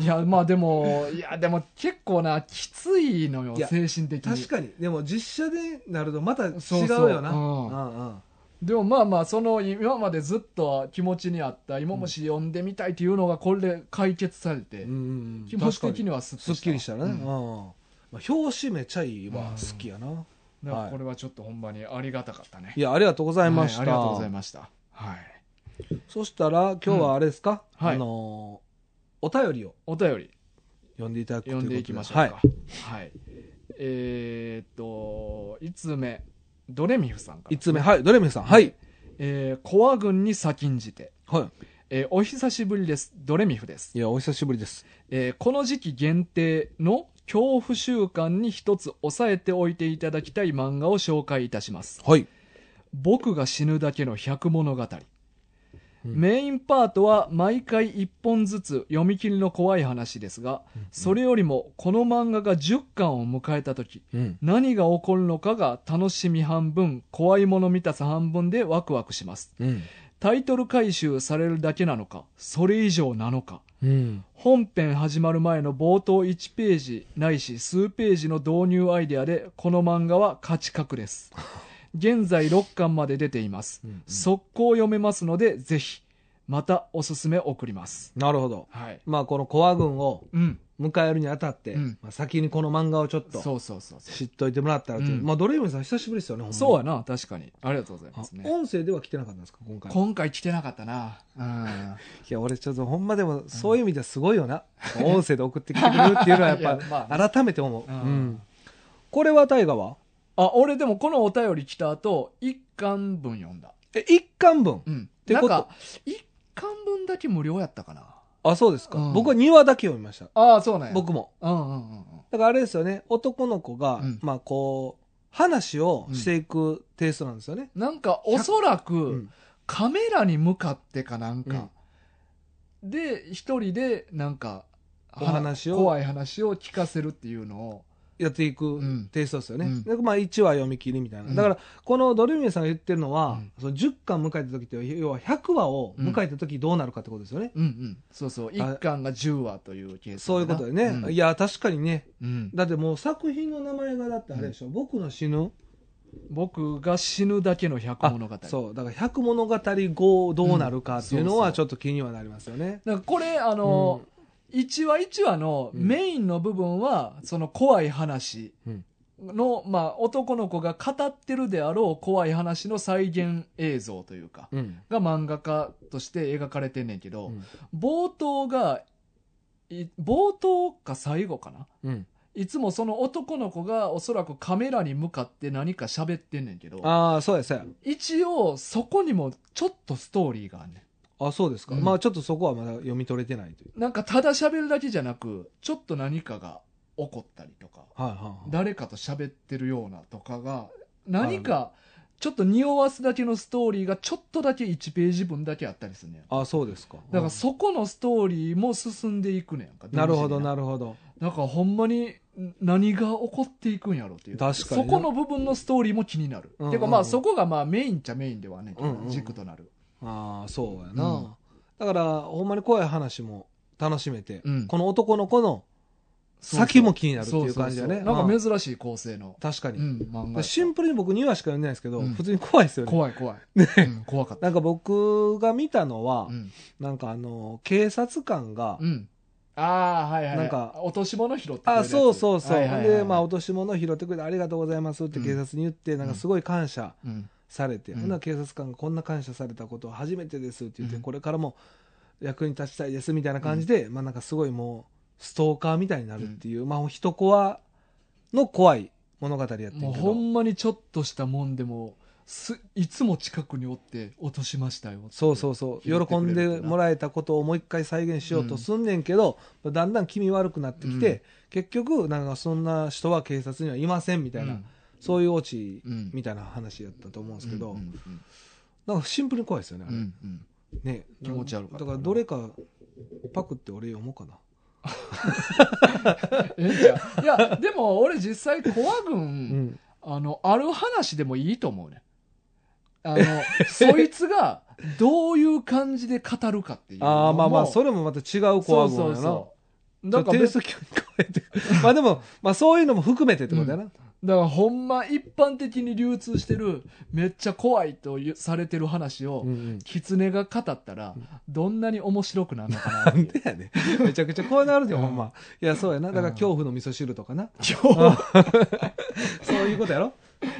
S1: いや、まあでも、いや、でも結構な、きついのよ、
S2: いや
S1: 精神的に。
S2: 確かにでも実写でなるとまた違う
S1: そうそう
S2: よな
S1: う
S2: うん
S1: ん
S2: うん
S1: でもまあまあ、その、今までずっと気持ちにあった、芋虫読んでみたいっていうのが、これで解決されて、
S2: うん
S1: 気持ち的に
S2: は
S1: はすっと
S2: すっきりしたね、う
S1: うんんだか
S2: まあ、表紙めちゃいいわ、
S1: うん
S2: 好きやな
S1: らこれはちょっとほんまにありがたかったね。
S2: いやありがとうございました、
S1: はいありがとうございました。はい。
S2: そしたら今日はあれですか、
S1: うんはい
S2: あのーお便りを
S1: お便り。
S2: 読んでいただくとい
S1: 読
S2: うこと
S1: んでいきましょうか。
S2: は
S1: はいい。えーっと、5つ目、ドレミフさんから。
S2: 一つ目、はい、ドレミフさん、はい。
S1: えー、コア軍に先んじて。
S2: は
S1: えーお久しぶりです。ドレミフです
S2: い。。いや、お久しぶりです。
S1: えーこの時期限定の恐怖習慣に一つ押さえておいていただきたい漫画を紹介いたします。
S2: はい。
S1: 僕が死ぬだけの百物語。
S2: うん
S1: メインパートは毎回1本ずつ読み切りの怖い話ですが、それよりもこの漫画が10巻を迎えた時、
S2: うん。
S1: 何が起こるのかが楽しみ半分怖いもの見たさ半分でワクワクします
S2: うん。
S1: タイトル回収されるだけなのかそれ以上なのか
S2: うん。
S1: 本編始まる前の冒頭1ページないし数ページの導入アイデアでこの漫画は価値格です現在6巻まで出ています、
S2: うん
S1: 速攻読めますのでぜひまたおすすめ送ります
S2: なるほど。
S1: はい
S2: まあ、このコア軍を
S1: うん
S2: 迎えるにあたって、
S1: うん
S2: まあ、先にこの漫画をちょっと
S1: そうそうそうそう
S2: 知っといてもらったらという。
S1: うん
S2: まあ、ドレイブさん久しぶりですよね、ほんまに
S1: そうやな確かにありがとうございます
S2: あ
S1: ね
S2: 音声では来てなかったんですか、今回。い
S1: 今回来てなかったなうん
S2: や、俺ちょっとほんまでも、そういう意味ではすごいよな。音声で送ってきてくれるっていうのはや っ
S1: いやま、
S2: ぱ
S1: あ
S2: 改めて思う。う
S1: うん
S2: ん。これは大河は
S1: あ、俺でもこのお便り来た後、一巻分読んだ。
S2: え、一巻分。
S1: うん。
S2: てこと
S1: なんか、一巻分だけ無料やったかな。
S2: あ、そうですか。
S1: うん
S2: 僕は2話だけ読みました。
S1: ああ、そうなんや。。
S2: 僕も。
S1: うんうんうんうん。
S2: だからあれですよね、男の子が、
S1: うん
S2: まあこう、話をしていくテイストなんですよね。
S1: なんか、おそら
S2: う
S1: く、
S2: ん
S1: カメラに向かってかなんか、で、一人で、なんか、
S2: お話を
S1: は怖い話を聞かせるっていうのを、
S2: やっていく
S1: うん
S2: テイストですよね。
S1: うん
S2: でまあ1話読み切りみたいな。
S1: うん
S2: だから、このドルミエさんが言ってるのは、
S1: うん
S2: その10巻迎えた時って、要は100話を迎えた時どうなるかってことですよね。
S1: うんうん。そうそう。一巻が10話というケースだな。
S2: そういうことでね、
S1: うん
S2: いや、確かにね。
S1: うん。
S2: だってもう作品の名前がだってあれでしょ。僕の死ぬ。
S1: 僕が死ぬだけの百物語。
S2: そう。だから100物語後どうなるかっていうの
S1: う
S2: は
S1: ん
S2: ちょっと気にはなりますよね。
S1: なんかこれあの、一話一話の
S2: うん
S1: メインの部分は、その怖い話
S2: うん
S1: の、まあ、男の子が語ってるであろう怖い話の再現映像というか、
S2: うん。
S1: が漫画家として描かれてんねんけど、
S2: うん
S1: 冒頭がい冒頭か最後かな
S2: うん。
S1: いつもその男の子がおそらくカメラに向かって何か喋ってんねんけど
S2: ああ、そうや、そうや。
S1: 一応そこにもちょっとストーリーがあんねん
S2: あ、そうですか。
S1: うん
S2: まあちょっとそこはまだ読み取れてないという。
S1: なんかただ喋るだけじゃなく、ちょっと何かが起こったりとか、
S2: はいはいはい。
S1: 誰かと喋ってるようなとかが、何かちょっと匂わすだけのストーリーがちょっとだけ1ページ分だけあったりするねん。
S2: あ、そうですか。
S1: だからそこのストーリーも進んでいくねんか。
S2: うんなるほど、
S1: 同時に
S2: なるほど。
S1: な。んかほんまにん何が起こっていくんやろっていう。
S2: 確かに
S1: そ
S2: な
S1: この部分のストーリーも気になる。
S2: うんうんうん
S1: ていうかまあそこがまあメインっちゃメインではあんねんけど、
S2: うんうんうん
S1: 軸となる。
S2: ああ、そうやな。
S1: うん
S2: だから、ほんまに怖い話も楽しめて、
S1: うん
S2: この男の子の
S1: そうそう
S2: 先も気になるっていう感じ
S1: そうそ
S2: だね。
S1: うそう
S2: う
S1: なんんか珍しい構成の、
S2: 確か
S1: う
S2: に。
S1: ん、漫画やった
S2: シンプルに僕2話しか読んでないですけど、
S1: うん
S2: 普通に怖いですよ ね。
S1: 怖い怖い、うん、怖かった
S2: なんか僕が見たのは、
S1: うん、
S2: なんかあの、警察官が、
S1: うん、ああはいはい
S2: なんか
S1: 落とし物拾ってくれるや
S2: あ
S1: つ
S2: そうそうそう、
S1: はいはいはいはい
S2: でまあ落とし物を拾ってくれてありがとうございますって警察に言って、なんかすごい感謝
S1: うん
S2: されて、
S1: うん
S2: ほんなら警察官がこんな感謝されたことは初めてですって言って、
S1: うん
S2: これからも役に立ちたいですみたいな感じで、まあなんかすごいもうストーカーみたいになるっていう、まあ一コアの怖い物語やってるけ
S1: も
S2: ど
S1: うほんまにちょっとしたもんでもすいつも近くにおって落としましたよ
S2: そうそうそう
S1: 拾って
S2: 喜
S1: くれる
S2: ん
S1: ってな
S2: でもらえたことをもう一回再現しようとすんねんけど、だんだん気味悪くなってきて、
S1: うん
S2: 結局なんかそんな人は警察にはいませんみたいな、そういうオチ
S1: うん
S2: みたいな話やったと思うんですけど、
S1: うんうん
S2: なんかシンプルに怖いですよね、
S1: う
S2: あ
S1: んう
S2: れ
S1: んうん
S2: ね
S1: 気持ち悪かった
S2: だからどれかパクって俺読もうかな
S1: ええんちゃういやでも俺実際コア軍、
S2: うん、
S1: あのある話でもいいと思うねあのそいつがどういう感じで語るかっていうのも
S2: ああまあまあそれもまた違う怖いもんやな
S1: うだから
S2: テイ
S1: 別
S2: スト急に変えて まあでも、まあ、そういうのも含めてってことやな、
S1: だからほんま一般的に流通してるめっちゃ怖いというされてる話を、
S2: うんうん
S1: 狐が語ったらどんなに面白くなるのかな
S2: な
S1: っていう
S2: ん でやねんめちゃくちゃ怖なるで、
S1: うん
S2: ほんま。いや、そうやな。だか
S1: う
S2: ら、
S1: ん
S2: 恐怖の味噌汁とかな。
S1: 今日
S2: そういうことやろ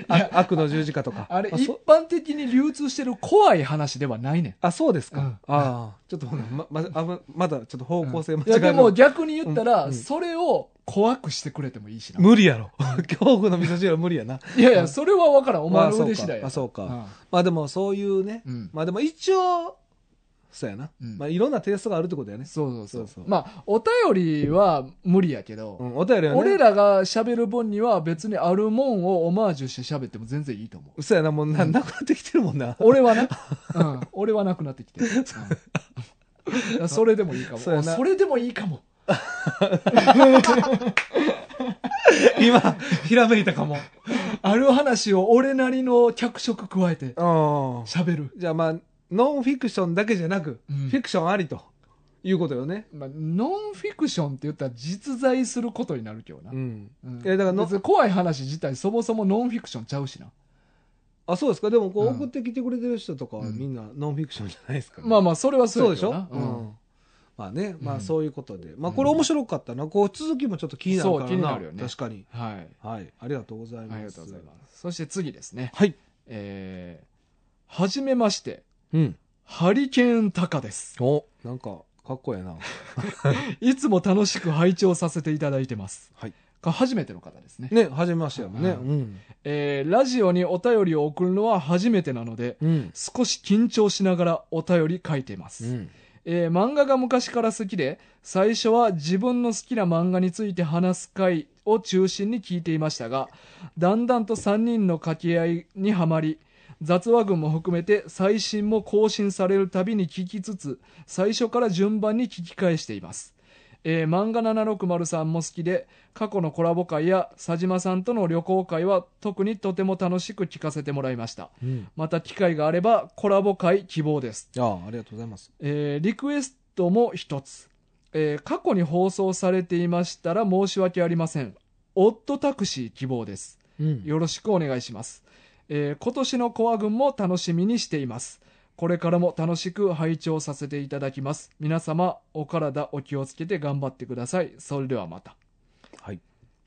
S2: あ悪の十字架とか。
S1: あれ
S2: あ
S1: 一
S2: そ
S1: 般的に流通してる怖い話ではないねん
S2: あそうですか。
S1: うん
S2: ああ、ちょっとほなま、 ま、あぶまだちょっと方向性間違
S1: いや
S2: える
S1: でも逆に言った
S2: う
S1: ら
S2: ん
S1: それを怖くしてくれてもいいしな
S2: 無理やろ。 恐怖の味噌汁は無理やな。
S1: いやいやそれは分からんお前
S2: まあ
S1: の
S2: そう
S1: 腕
S2: か
S1: 次第や
S2: あそうか
S1: ん
S2: まあでも、そういうね。
S1: うん
S2: まあでも、一応、そうやな。
S1: うん
S2: まあ、いろんなテイストがあるってことやね。
S1: そうそうそう
S2: そうそう
S1: まあお便りは無理やけど、
S2: うん、お便りはね。
S1: 俺らが喋る分には別にあるもんをオマージュして喋っても全然いいと思う
S2: 嘘やな、もうな、なくなってきてるも んな。
S1: 俺はな、うん、 俺はなくなってきてる、うんそれでもいいかも
S2: そうや
S1: そ
S2: な
S1: れでもいいかも
S2: 今、ひらめいたかも。
S1: ある話を俺なりの脚色加えて
S2: うん。
S1: 喋る、
S2: じゃあまあ、ノンフィクションだけじゃなく、
S1: うん
S2: フィクションありということよね。
S1: まあ、ノンフィクションって言ったら実在することになるけどな、
S2: うん。
S1: うん
S2: いやだからの
S1: 別に怖い話自体そもそもノンフィクションちゃうしな
S2: あ、そうですか。でもこう
S1: うん
S2: 送ってきてくれてる人とかは
S1: うん
S2: みんなノンフィクションじゃないですか、
S1: まあまあそれは
S2: そう
S1: そう
S2: で
S1: や
S2: し
S1: けど
S2: ょ
S1: な。
S2: うん。まあね、ま
S1: う
S2: あ
S1: ん
S2: そういうことで。まあこれ面白かったな。こう続きもちょっと気になるからな。
S1: そう気になるよね
S2: 確かに。
S1: はい
S2: はい。ありがとうございます。
S1: ありがとうございますそして次ですね
S2: はい。
S1: えー、はじめまして
S2: うん。
S1: ハリケーンタカです
S2: お、なんか、かっこええな。
S1: いつも楽しく拝聴させていただいてます
S2: はい
S1: か初めての方ですね、
S2: ね、初めましてやもんね。
S1: う
S2: うん。
S1: えーラジオにお便りを送るのは初めてなので
S2: うん。
S1: 少し緊張しながらお便り書いています、
S2: うん。
S1: えー漫画が昔から好きで最初は自分の好きな漫画について話す回を中心に聞いていましたがだんだんと3人の掛け合いにはまり雑話群も含めて最新も更新されるたびに聞きつつ最初から順番に聞き返しています、えー漫画760さんも好きで過去のコラボ会や佐島さんとの旅行会は特にとても楽しく聞かせてもらいました
S2: うん。
S1: また機会があればコラボ会希望です
S2: ああ、ありがとうございます。
S1: えーリクエストも一つ、えー過去に放送されていましたら申し訳ありませんオットタクシー希望です
S2: うん。
S1: よろしくお願いします、えー今年のコア軍も楽しみにしていますこれからも楽しく拝聴させていただきます皆様お体お気をつけて頑張ってくださいそれではまた
S2: はい。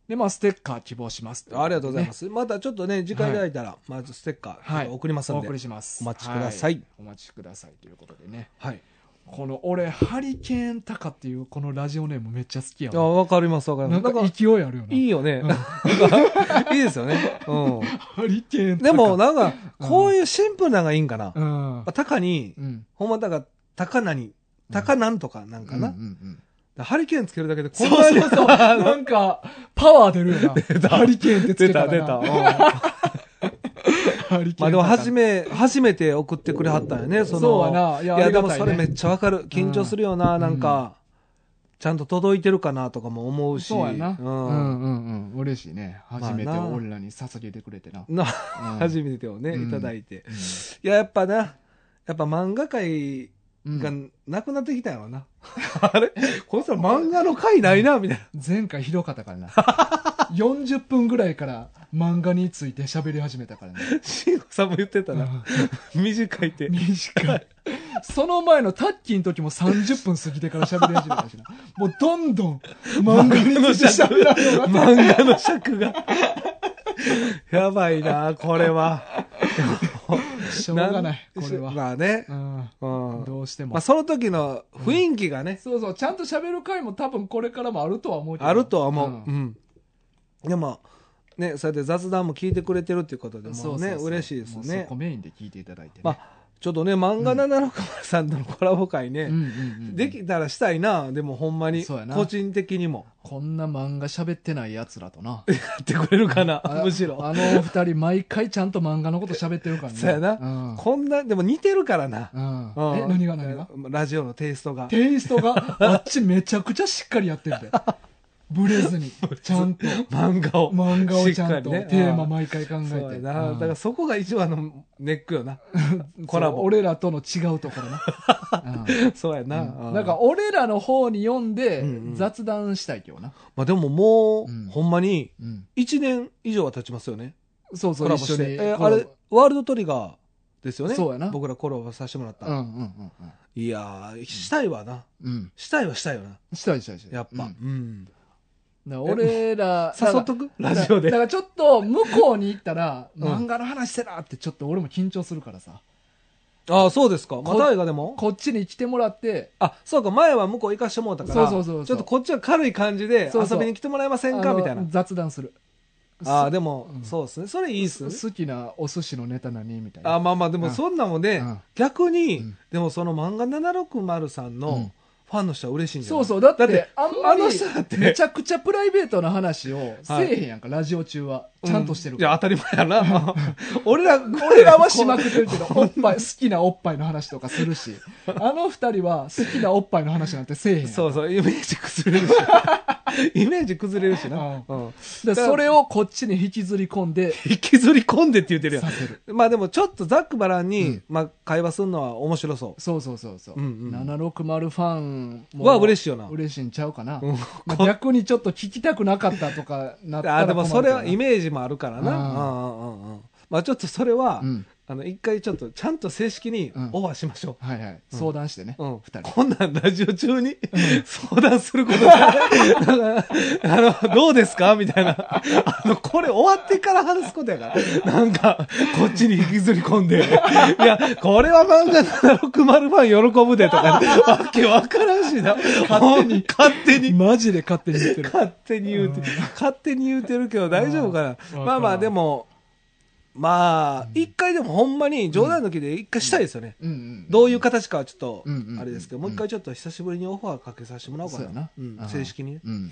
S1: でまあステッカー希望します
S2: ありがとうございますす。またちょっとね、時間いただいたら、まずステッカー
S1: は
S2: ちょっ
S1: い
S2: と送ります
S1: お
S2: んで
S1: 送。りします
S2: お待ちください
S1: はお待ちくださいということでね
S2: はい。
S1: この俺ハリケーンタカっていうこのラジオネームめっちゃ好きや
S2: あ、
S1: わ
S2: わかります、わかり
S1: な
S2: ま
S1: ん
S2: す。な
S1: か
S2: んか、い
S1: 勢いあるよない
S2: よね。なんかいいですよね。う
S1: ハリケーン
S2: ん。
S1: タカ
S2: でも、なんか、
S1: うん
S2: こういうシンプルなのがいいんかな
S1: う。ん
S2: タカに
S1: う、ん
S2: ほんま、だから、タカなに、タカなんとかなんか
S1: う。
S2: なん
S1: うんうん
S2: ハリケーンつけるだけで、
S1: そ
S2: こ
S1: うん
S2: なに
S1: そうそう なんかパワー出るよな
S2: た
S1: ハリケーンってつけたらな
S2: うん
S1: ハリケーン
S2: まあでも、初
S1: め
S2: め、初めて送ってくれはったんよね、その。
S1: そうやない
S2: い
S1: やあ
S2: や、
S1: り
S2: で
S1: が
S2: も
S1: たい
S2: そ
S1: ね
S2: れめっちゃわかる。緊張するよな、
S1: うん
S2: なんか、ちゃんと届いてるかなとかも思うし。
S1: そうやなうん
S2: うん
S1: うんうん嬉しいね
S2: あ
S1: 初めて
S2: な
S1: 俺らに捧げてくれてな
S2: な、
S1: うん
S2: 初めてをね、
S1: うん
S2: いただいて
S1: う。ん
S2: いや、やっぱな、やっぱ漫画界
S1: うん
S2: がなくなってきたんやろな。 あれこいつら漫画の回ないな、みたいな。
S1: 前回ひどかった からな40分ぐらいから漫画について喋り始めたからね
S2: 慎吾さんも言ってたな。短いって。
S1: 短いその前のタッキーの時も30分過ぎてから喋り始めたしなもうどんどん漫画について喋らんのが
S2: 漫画の尺が。 やばいな、これは。
S1: しょうが ないこれは、
S2: まあね。う
S1: うん、
S2: ん。
S1: どうしても、
S2: まあその時の雰囲気がね、
S1: そうそうちゃんと喋る回も多分これからもあるとは思うけど
S2: あるとは思う。うんん。でも、ね、そうやって雑談も聞いてくれてるっていうことでもうね、嬉しいです
S1: もう
S2: ね
S1: そこ。メインで聞いていただいてね、
S2: まあ、ちょっとね、漫画760さんとのコラボ会
S1: う
S2: ね
S1: ん、うんうん
S2: できたらしたいな、でもほんまに、
S1: そうやな
S2: 個人的にも。
S1: こんな漫画喋ってないやつらとな
S2: やってくれるかな
S1: あ、
S2: むしろ。
S1: あのお二人毎回ちゃんと漫画のこと喋ってる からね
S2: そうやな
S1: うん
S2: こんな、でも似てるからな。
S1: うん、え
S2: うん
S1: 何が何が
S2: ラジオのテイストが。
S1: テイストがあっちめちゃくちゃしっかりやってる でブレずにちゃんと
S2: 漫画を。
S1: 漫画をちゃ
S2: しっか
S1: んと
S2: り
S1: テ
S2: ね
S1: ーマ毎回考えて、
S2: そうや
S1: う
S2: な。
S1: ん
S2: だからそこが一番のネック よな。コラボ
S1: そう俺らとの違うとこ ろな、
S2: そうや
S1: う
S2: な。
S1: ん
S2: う
S1: なんか、俺らの方に読んで
S2: うんうん
S1: 雑談したいけどな、
S2: まあでもも
S1: うん
S2: う、ほんまに、
S1: うん
S2: 1年以上は経ちますよね。
S1: そうそ
S2: コ
S1: う
S2: ラボ
S1: 一緒
S2: し
S1: に
S2: て。え
S1: コラ
S2: あ
S1: ボ
S2: れ、ワールドトリガーですよね。
S1: そうやな
S2: 僕らコラボさせてもらっ
S1: うんう
S2: た。
S1: んうん
S2: いやー、したいわな。
S1: うんうん
S2: したいはしたいよな。
S1: したいしたいしたい
S2: やっぱ。
S1: う
S2: うんん。
S1: だから俺ら
S2: 誘っとくラジオで
S1: だ。からちょっと向こうに行ったら、
S2: ん
S1: 漫画の話せなってちょっと俺も緊張するからさ
S2: ああ、そうですか。ま
S1: こ
S2: た映画でも
S1: こっちに来てもらって
S2: あ、そうか。前は向こう行かしてもらったから。
S1: そうそうそうそう
S2: ちょっとこっちは軽い感じで
S1: そうそう
S2: 遊びに来てもらえません
S1: あ
S2: か
S1: の
S2: みたいな。
S1: 雑談する
S2: ああ、
S1: す
S2: でも
S1: うん、
S2: そうですね。それいいっすね。
S1: 好きなお寿司のネタ何みたいな
S2: あまあまあで
S1: う
S2: も
S1: ん
S2: そんなんもね、
S1: うん
S2: 逆に、
S1: うん
S2: でもその漫画760さん
S1: うん
S2: のファンの人は嬉しいんじゃな
S1: そそ
S2: いう
S1: うだってあんま
S2: あ
S1: り
S2: の人だって
S1: めちゃくちゃプライベートな話をせえへんやんか、ラジオ中はちゃんとしてる
S2: い
S1: から、
S2: や当たり前やな 俺ら
S1: 俺らはしまくってるけど、おっぱい、好きなおっぱいの話とかするし、あの二人は好きなおっぱいの話なんてせえへんやん。
S2: そうそうイメージ崩れるしイメージ崩れるしな、うん
S1: でそれをこっちに引きずり込んで、
S2: 引きずり込んでって言ってるや
S1: させる。
S2: んまあでもちょっとざっくばらんに、
S1: うん
S2: まあ、会話するのは面白そ
S1: そうそうそうそう。
S2: うんうん
S1: 760ファン
S2: うは嬉しいよな、
S1: 嬉しいんちゃうかな。
S2: うん
S1: まあ、逆にちょっと聞きたくなかったとかなったら困るけどな。
S2: あでもそれはイメージもあるからな
S1: うん
S2: うんうんうんうんまあちょっとそれは、
S1: うん
S2: あの一回ちょっとちゃんと正式に
S1: うん
S2: オファーしましょう、
S1: はいはい。相談してね。
S2: うん、
S1: 二人。
S2: こんなんラジオ中に相談することじゃないあの、どうですかみたいな。あの、これ終わってから話すことやから。なんか、こっちに引きずり込んで。いや、これは漫画760番喜ぶでとか、わけわからんしな。勝手に。勝手に。
S1: マジで勝手に言ってる。
S2: 勝手に言うて、勝手に言うてるけど大丈夫か
S1: うん
S2: な。まあまあ、でも、まあ、一回でもほんまに冗談抜きで一回したいですよね。
S1: うんうん。
S2: どういう形かはちょっと
S1: うんうん
S2: あれですけど、
S1: うん
S2: もう一回ちょっと久しぶりにオファーかけさせてもらおうか
S1: そうやな
S2: な、うん
S1: うん
S2: 正式にね、
S1: うん。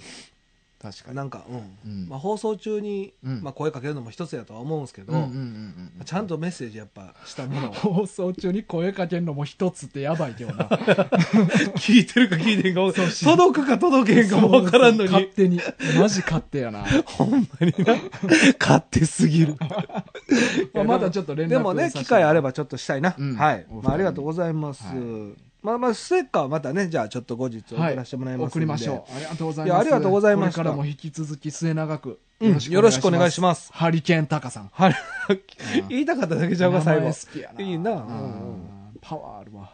S1: 確かに。
S2: なんか、うん
S1: うん
S2: まあ、放送中に、
S1: うん
S2: まあ、声かけるのも一つやとは思うんですけど、
S1: うんうんうんうんうん
S2: ちゃんとメッセージやっぱしたものを
S1: 放送中に声かけんのも一つってやばいけど な。
S2: 聞いてるか聞いてんかも届くか届けへんかも分からんの
S1: 勝
S2: に
S1: 手に。マジ勝手や な。
S2: ほんまにな 勝手すぎる
S1: まあまだちょっと連絡
S2: でもね
S1: させて
S2: 機会あればちょっとしたいな、
S1: うん
S2: はい
S1: お二人、に
S2: まあ、ありがとうございます、
S1: はい
S2: まあまあステッカーはまたねじゃあちょっと後日送
S1: はい
S2: らせてもらいますんで、
S1: 送りましょう。ありがとうござい
S2: い
S1: ます。
S2: やありがとうございました
S1: これからも引き続き末永く
S2: うんよろしくお願いし
S1: す。
S2: ます
S1: ハリケーンタカさん。
S2: はい
S1: ん
S2: 言いたかっただけちゃうか、最後。
S1: 名前
S2: は
S1: 好きやな。
S2: いいな
S1: うん
S2: うん
S1: パワーある わ。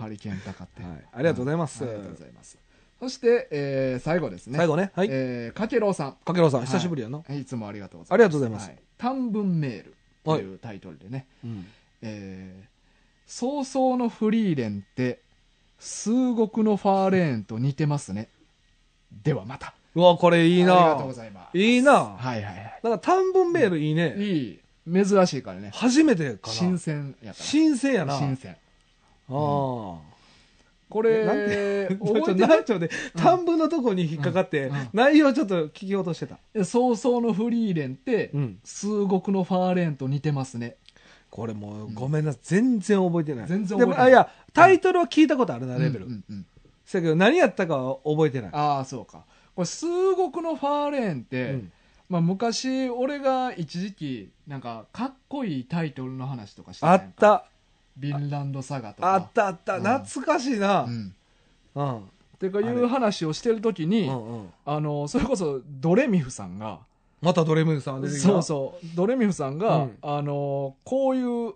S1: ハリケーンタカって。
S2: い。ありがとうございます。
S1: ありがとうございます。そして、えー最後ですね。
S2: 最後ね。はい。
S1: えーかけろうさん。
S2: かけろうさん、久しぶりやな。
S1: はいいつもありがとうございます。
S2: ありがとうございます
S1: は。短文メールというタイトルでね。
S2: うん
S1: えー、早々のフリーレンって数国のファーレーンと似てますねではまた
S2: うわ、これいい
S1: ありがとう
S2: な
S1: ございます
S2: いいな
S1: はいはい
S2: なんか短文メールいい
S1: はい
S2: ね。
S1: いい珍しいからね
S2: 初めてか
S1: 新
S2: な。
S1: 鮮やから
S2: 新鮮やな。
S1: 新
S2: あ
S1: 鮮
S2: あ。
S1: これ
S2: えなん ち
S1: 覚
S2: ょっと、
S1: えてな
S2: なんちょっとね、短文のとこに引っかかっ
S1: う
S2: て
S1: んうん、
S2: 内容ちょっと聞き落としてた。
S1: い早々のフリーレンって、
S2: うん
S1: 数国のファーレーンと似てますね
S2: これもう、ごめんな、全然覚えてない。
S1: 全然覚えてない
S2: でもあいや、タイトルは聞いたことあるな、レベル
S1: うんう。んうん
S2: せやけど、何やったかは覚えてない。
S1: ああそうかこれ数国のファーレーンって、
S2: うん
S1: まあ、昔俺が一時期なんかかっこいいタイトルの話とかしてや
S2: あ
S1: ん
S2: っ
S1: か
S2: た。
S1: ビンランドサガと
S2: あっ
S1: か。
S2: たあった、
S1: うん
S2: 懐かしいな。
S1: う
S2: うん。
S1: ん。
S2: うん
S1: てかいう話をしてる時に、
S2: うん。
S1: あの、それこそドレミフさんが、
S2: またドレムさん出てきた。
S1: そうそう、ドレミフさんが、
S2: うん
S1: あの、こういう、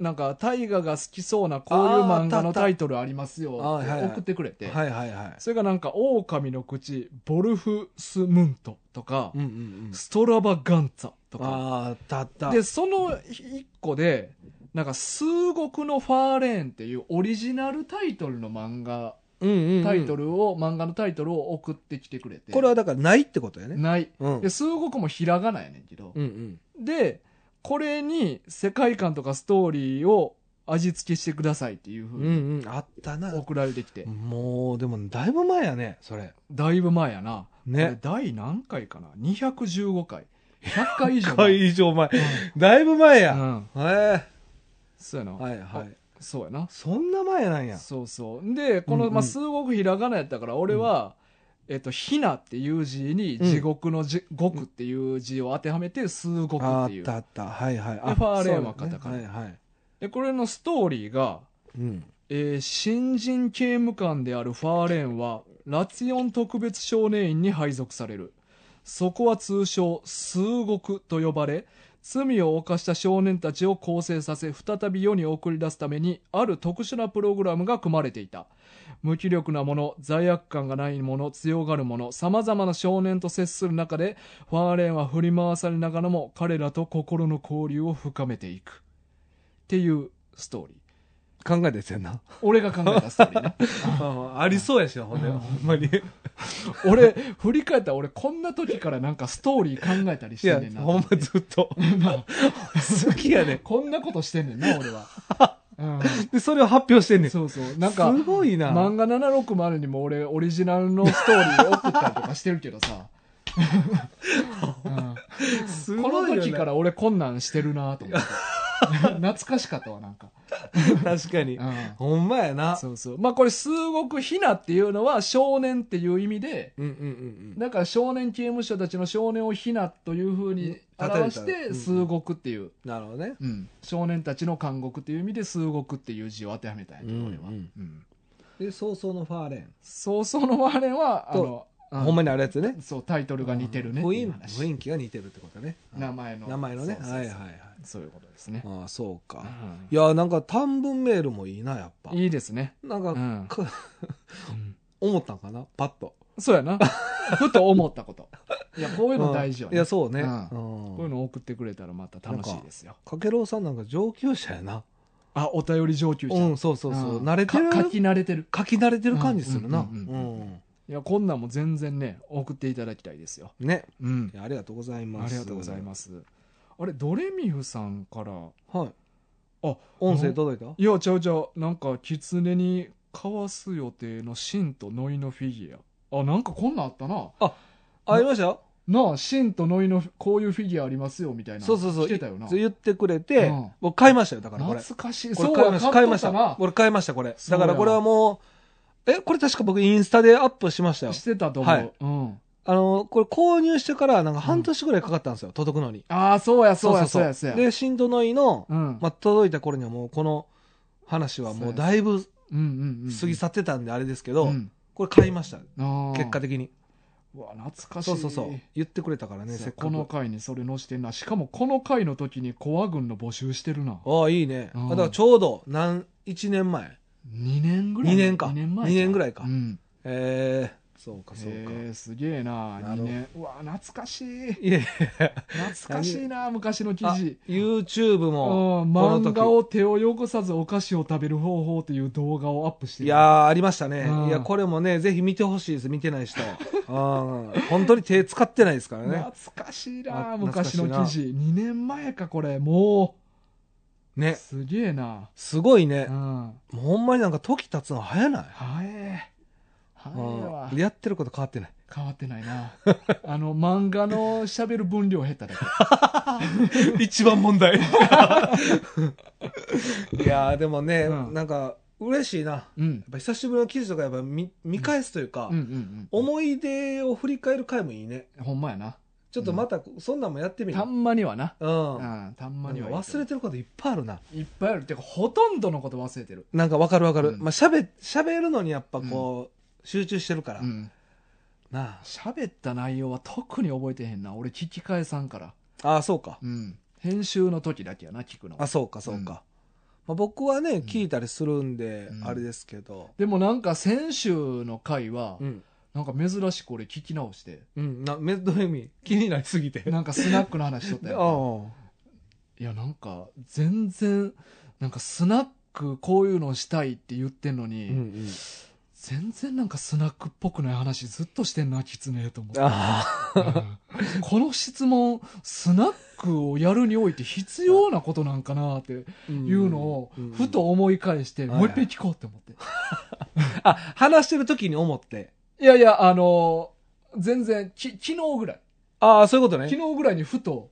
S1: なんか、大河が好きそうな、こういう漫画のタイトルありますよ
S2: あーあっ
S1: った
S2: あった
S1: て送ってくれて、
S2: はいはいはい。
S1: それがなんか、狼の口、ボルフスムントとか、
S2: うんうん
S1: ストラバガンツァと
S2: うん。
S1: か、
S2: ああ、あったあった。
S1: で、その一個で、なんか、数国のファーレーンっていうオリジナルタイトルの漫画、
S2: うんうんうん
S1: タイトルを、漫画のタイトルを送ってきてくれて。
S2: これはだからないってことやね。
S1: ない。
S2: うん
S1: で、。数国もひらがなやねんけど。
S2: うんうん。
S1: で、これに世界観とかストーリーを味付けしてくださいっていう
S2: う
S1: 風に
S2: んうん。あったな。
S1: 送られてきて。
S2: もう、でも、だいぶ前やね、それ。
S1: だいぶ前やな。これ
S2: ね。
S1: 第何回かな ?215 回。100回以上前。
S2: 100回以上前。だいぶ前
S1: う
S2: や。
S1: ん。
S2: へえ。
S1: そうやな。
S2: はいはい。
S1: そうやな。
S2: そんな前なんや。
S1: そうそう。で、この、
S2: うんうん
S1: まあ、数国ひらがなやったから、俺は、えっと、ひなっていう字に、地獄のじ、獄っていう字を当てはめて、数国っ
S2: あって
S1: いう
S2: た。あった。はいはい。
S1: で
S2: あ
S1: ファーレンは
S2: そうだね
S1: カタカナ
S2: はいはい。
S1: で、これのストーリーが、
S2: うん。
S1: えー新人刑務官であるファーレンはラツィオン特別少年院に配属されるそこは通称数国と呼ばれ罪を犯した少年たちを更生させ再び世に送り出すためにある特殊なプログラムが組まれていた無気力な者罪悪感がない者強がる者さまざまな少年と接する中でファーレンは振り回されながらも彼らと心の交流を深めていくっていうストーリー
S2: 考えてて んな。
S1: 俺が考えたストーリーね
S2: ありそうやしな、ほんで。ほん まに。
S1: 俺振り返ったら俺こんな時からなんかストーリー考えたりし
S2: い
S1: て
S2: や
S1: んねん、な
S2: ほんまずっ と。
S1: まあ
S2: 好きやね。
S1: こんなことしてんねんな俺 は、う
S2: で、それを発表してん
S1: ん、
S2: ねん。す
S1: そうそうなんか
S2: ごいな。
S1: 漫画760にも俺オリジナルのストーリーを送ったりとかしてるけどさ、うん
S2: す
S1: こ
S2: ご
S1: の
S2: いよな
S1: 時から俺こんなんしてるなと思 って懐かしかったわなんか、
S2: 確かに
S1: う。ん、
S2: ほんまやな。
S1: そうそうまあこれ数国ひなっていうのは少年っていう意味で、
S2: うんうんうん
S1: だから少年刑務所たちの少年を非難というふうに表して数国っていう、
S2: うん。なるほどね。
S1: うん少年たちの監獄っていう意味で数国っていう字を当てはめたんやけど
S2: うん
S1: 俺は、
S2: うん
S1: うん
S2: で、早々のファーレン。
S1: そうそうのワーレンはあの、う
S2: ほんまにあるやつね。
S1: そうタイトルが似てるねっていう
S2: 雰囲
S1: 話
S2: 雰囲気が似てるってことね。
S1: 名前の
S2: 名前のね。
S1: そうそうそう
S2: はいはいはい。
S1: そういうことですね、
S2: ああ、そうか。
S1: うん
S2: いや、なんか短文メールもいいな、やっぱ。
S1: いいですね、
S2: なん
S1: う
S2: か、
S1: ん、
S2: か思ったんかなパッと。
S1: そうやなふと思ったこといやこういうの大事よ
S2: うんい
S1: ね
S2: や、
S1: こ
S2: そうね。
S1: う
S2: うんん
S1: ういうの送ってくれたらまた楽しいですよ
S2: かけろうさんなんか上級者やな。
S1: あお便り上級者、
S2: うん、そうそうそう。
S1: ん
S2: 慣れてる。
S1: か書き慣れてる
S2: 書き慣れてる感じするな。
S1: う
S2: うん
S1: うんうんうん
S2: ん。
S1: いや、こんなんも全然ね、送っていただきたいですよ。
S2: ね。
S1: うん
S2: い。やありがとうございま
S1: あ
S2: す。
S1: りがとうございます。あれ、ドレミフさんから、
S2: す。はい。
S1: あ、
S2: 音声届いた
S1: いや、ちゃうちゃう、なんか、狐に交わす予定のシンとノイのフィギュア。あ、なんかこんなんあったな。
S2: あありましたよ
S1: なあ、シンとノイのこういうフィギュアありますよ、みたいな。
S2: そうそうそう。
S1: 来てたよな。
S2: 言ってくれて
S1: うん、
S2: 僕買いましたよ、だからこれ。
S1: 懐かしい。
S2: これ
S1: そうや、
S2: 買
S1: 買
S2: い
S1: いま
S2: ま
S1: し
S2: したた
S1: な。
S2: これ買いました、これ。
S1: そうや
S2: だからこれはもう、え、これ確か僕インスタでアップしましたよ。
S1: してたと思う。
S2: はい
S1: うん。
S2: あの、これ購入してからなんか半年ぐらいかかったんですよ、届くのに。
S1: ああ、そうや、そうや、そうや、そうや。
S2: で、シンドノイの、
S1: うん。
S2: まあ、届いた頃にはもうこの話はもうだいぶ
S1: うんうんうん。
S2: 過ぎ去ってたんであれですけど、
S1: うん
S2: これ買いました、
S1: ああ
S2: 結果的に。
S1: うわ、懐かしい。
S2: そうそうそう。言ってくれたからね、
S1: そう
S2: せっか
S1: この
S2: く。
S1: 回にそれ載してんなしかもこの回の時にコア軍の募集してるな
S2: ああ、いいね。
S1: うん
S2: あだからちょうど、何、1年前。
S1: 2年ぐらい
S2: 二年か
S1: 2年前
S2: 二年ぐらいか
S1: うん、
S2: えー、そうか、そうか。
S1: へえすげえな
S2: な
S1: 2
S2: るほど
S1: 年うわ懐かしい
S2: いやいや
S1: 懐かしいな昔の記
S2: あ
S1: 事
S2: YouTube
S1: う
S2: も、
S1: ん
S2: この
S1: 漫
S2: 時
S1: 画を手を汚さずお菓子を食べる方法という動画をアップして
S2: い
S1: る
S2: やー、ありましたね
S1: うん。
S2: いや、これもね、ぜひ見てほしいです、見てない人。うん本当に手使ってないですから ね。
S1: 懐かしいな
S2: あ
S1: 昔の記
S2: 懐かし
S1: 事2年前かこれもう
S2: ね。
S1: すげえな
S2: すごいうね。
S1: ん
S2: もうほんまになんか時経つの早ない。
S1: はえはえわ
S2: うんやってること変 わってない。
S1: 変わってないなあの漫画の喋る分量減っただけ
S2: 一番問 題。いやー、でもね、
S1: うん
S2: なんか、嬉しいな。や
S1: うん
S2: っぱ久しぶりの記事とかやっぱ見見返すというか、
S1: うんうんうん
S2: 思い出を振り返る回もいいね。
S1: ほんまやな
S2: ちょっとまた、そんなんもやってみる
S1: た。んまにはな。
S2: うん。
S1: う
S2: なん
S1: ん、たん
S2: か
S1: まにはいいけど
S2: 忘れてることいっぱいあるな。
S1: いっぱいある。てか、ほとんどのこと忘れてる。
S2: なんかわかるわかる。
S1: うん
S2: まあ、喋、喋るのにやっぱこう、集中してるから。
S1: うん。
S2: な
S1: 喋った内容は特に覚えてへんな。俺聞き返さんから。
S2: あ。ああ、そうか。
S1: うん。編集の時だけやな、聞くの
S2: あ、。そうか、そうか。まあ、僕はね、聞いたりするんで、
S1: うん
S2: あれですけど。
S1: でもなんか先週の回は、
S2: ん。
S1: なんか珍しく俺聞き直して、
S2: うん。な、め、どういう意味 気になりすぎて。
S1: なんかスナックの話しと ったやんか。
S2: あ
S1: いや、なんか全然、なんかスナックこういうのしたいって言ってんのに、
S2: あ。うんうん。
S1: 全然なんかスナックっぽくない話ずっとしてんな、キツネと 思って。
S2: あ
S1: うんこの質問、スナックをやるにおいて必要なことなんかなって
S2: あ。い
S1: いうのを、ふ。と思い返して、
S2: うん
S1: もう一遍聞こうって思って。
S2: あ、話してる時に思って。
S1: いやいや、あのー全然、き、昨日ぐらい。
S2: ああ、そういうことね。
S1: 昨日ぐらいにふと、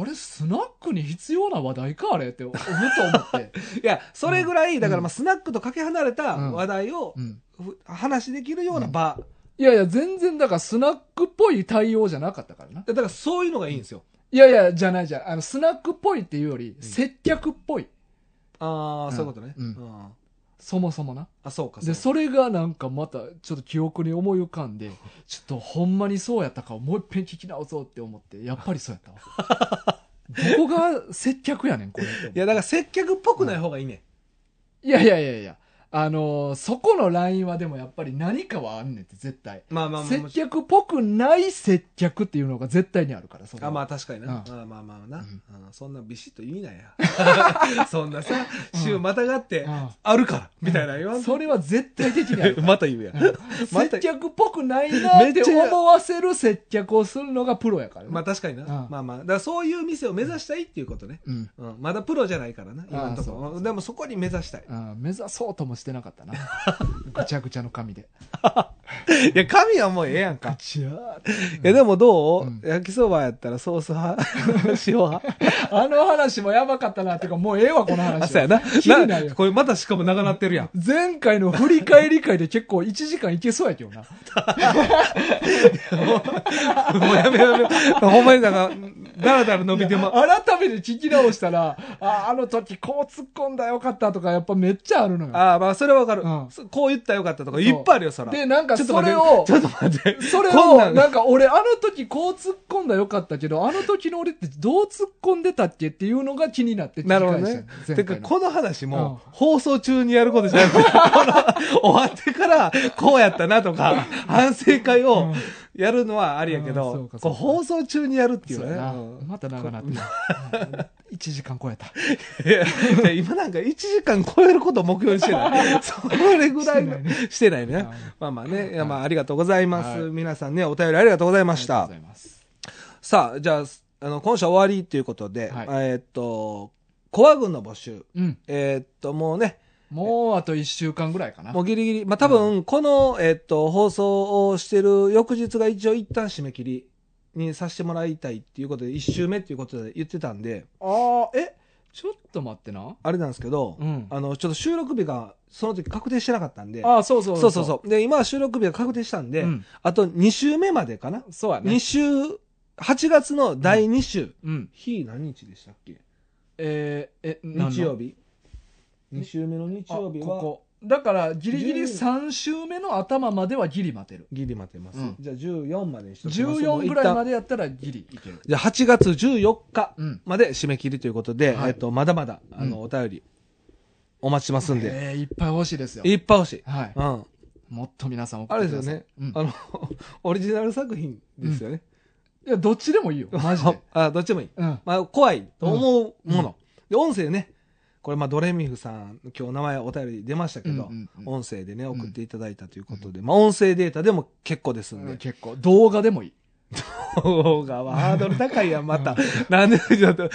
S1: あれ、スナックに必要な話題かあれって、ふと思 って。
S2: いや、それぐらい、
S1: ん
S2: だから、まあ、スナックとかけ離れた
S1: うん
S2: 話題を、
S1: うん
S2: ふ話しできるような場。
S1: いやいや、全然、だからスナックっぽい対応じゃなかったからな。
S2: だから、そういうのがいいんですよ。
S1: いやいや、じゃないじゃないあの、スナックっぽいっていうより、接客っぽい。
S2: あ
S1: う
S2: あ、
S1: ん
S2: そういうことね。
S1: うん
S2: うん
S1: そもそもな。
S2: あ、そうか。
S1: で、
S2: う
S1: それがなんかまた、ちょっと記憶に思い浮かんで、 ちょっとほんまにそうやったかをもう一遍聞き直そうって思って、やっぱりそうやった わ。どこが接客やねん、これって思っ
S2: か
S1: て。
S2: いや、だから、接客っぽくない方がいいね。
S1: いやいやいやいや、あのーそこのラインはでもやっぱり何かはあんねんって絶対。
S2: まあまあまあ
S1: 接
S2: もち
S1: 客っぽくない接客っていうのが絶対にあるから、そ
S2: ろん。
S1: の
S2: あまあ確かにな。
S1: うん
S2: まあまあまあな。
S1: うん
S2: うんそんなビシッと言いなや。 そんなさ、週またがって
S1: う、ん
S2: あるからみたいな言わんと。
S1: それは絶対的にあるから。
S2: また言うやん。また
S1: 接客っぽくないなーって思わせる接客をするのがプロやからね、
S2: まあ確かにな。
S1: うん
S2: まあまあ。だからそういう店を目指したいっていうことね。
S1: うん
S2: うん、まだプロじゃないからな、
S1: あ
S2: 今のと
S1: あ
S2: こ
S1: そ
S2: ろ。でもそこに目指したい。
S1: あー目指そうともしてなか ったなぐちゃぐちゃの髪で
S2: いや、神はもうええやん
S1: ぐ
S2: か。
S1: ちゃーって
S2: いや、でもどう、
S1: うん
S2: 焼きそばやったらソース 派塩派
S1: あの話もやばかったなっていうかもうええわこの話は
S2: 朝やな。
S1: 気になるよ
S2: なこれまたしかも長なってる やん。
S1: 前回の振り返り会で結構1時間いけそうやけどな。
S2: もうやめやめ。ほんまになんか、だらだら伸びてま、
S1: 改めて聞き直したら、あ、あの時こう突っ込んだらよかったとかやっぱめっちゃあるのよ。
S2: ああ、まあ、それはわかる、
S1: うん
S2: そこう言ったらよかったとか、いっぱいあるよ、そら。
S1: で、なんか
S2: ちょっと
S1: そ
S2: 待っ
S1: れ
S2: て
S1: を、
S2: ちょっと待って。
S1: それ
S2: こんな
S1: を、
S2: ん
S1: なんか俺あの時こう突っ込んだらよかったけど、あの時の俺ってどう突っ込んでたっけっていうのが気になって聞き
S2: な
S1: 返
S2: るほど
S1: した
S2: ね
S1: の。前
S2: て
S1: 回
S2: か、
S1: の
S2: この話も、
S1: う
S2: 放送中にやることじゃ なくて、この終わってから、こうやったなとか、反省会をやるのはありやけ
S1: うんあーそう
S2: ど
S1: か、そう
S2: こう
S1: か
S2: 放送中にやるっていう
S1: そう
S2: ね
S1: やな
S2: うん。
S1: また長なってる。1時 間超えた。
S2: いやいや今なんか1時間超えることを目標にし てない。それぐらいの
S1: してないね、
S2: してないね
S1: あー。
S2: まあまあね、いやまあありがとうございます。
S1: はい
S2: 皆さんね、お便りありがとうございまし
S1: あ
S2: た
S1: りがとうご。ざいます。
S2: さあ、じゃあ、あの、今週は終わりということで、
S1: はい
S2: えーっと、コア軍の募集。
S1: うん。
S2: えーっと、もうね、
S1: もうあと1週間ぐらいかな。
S2: もうギリギリ、まあ、多分、この、えーっと、放送をしてる翌日が一応一旦締め切りにさせてもらいたいっていうことで、一週目っていうことで言ってたんで、
S1: ああ、え、ちょっと待ってな。
S2: あれなんですけど、
S1: ん。
S2: あの、ちょっと収録日がその時確定してなかったんで、
S1: ああ、そうそう
S2: そうそうそう。で、今は収録日が確定したんで、
S1: うん
S2: あと2週目までかな。
S1: そうや
S2: 2
S1: ね。
S2: 週、8月の第2週、
S1: うん。
S2: 日何日でしたっけ
S1: えー、え、何の
S2: 日曜日2週目の日
S1: あ
S2: 曜日は
S1: ここ。だから、ギリギリ
S2: 12
S1: 3週目の頭まではギリ待てる。
S2: ギリ待てます、
S1: うん
S2: じゃあ14までにしときますもう
S1: 14
S2: 一
S1: ぐらい
S2: 旦
S1: までやったらギリいける。
S2: じゃあ8月14日
S1: うん。
S2: まで締め切りということで、
S1: はい
S2: えっと、まだまだあの、
S1: うん
S2: お便りお待ちしますんで、
S1: えー、いっぱい欲しいですよ。
S2: いっぱい欲しい、
S1: はい。
S2: うん、
S1: もっと皆さん
S2: あ
S1: 送っ
S2: れ
S1: て
S2: で
S1: く
S2: す
S1: だ
S2: よ
S1: さい。
S2: ね、
S1: うん
S2: あの オリジナル作品ですよね、
S1: いや、どっちでもいいよ。マジ で。
S2: あどっちでもいい、
S1: うん。
S2: まあ、怖いと思うもの、で音声ねこれ、まあ、ドレミフさん今日名前お便り出ましたけど、
S1: うんうんうん
S2: 音声でね送っていただいたということで、まあ、音声データでも結構ですんで、
S1: 結構。動画でもいい。
S2: 動画はハードル高いやん、また。なんで、ちょっと、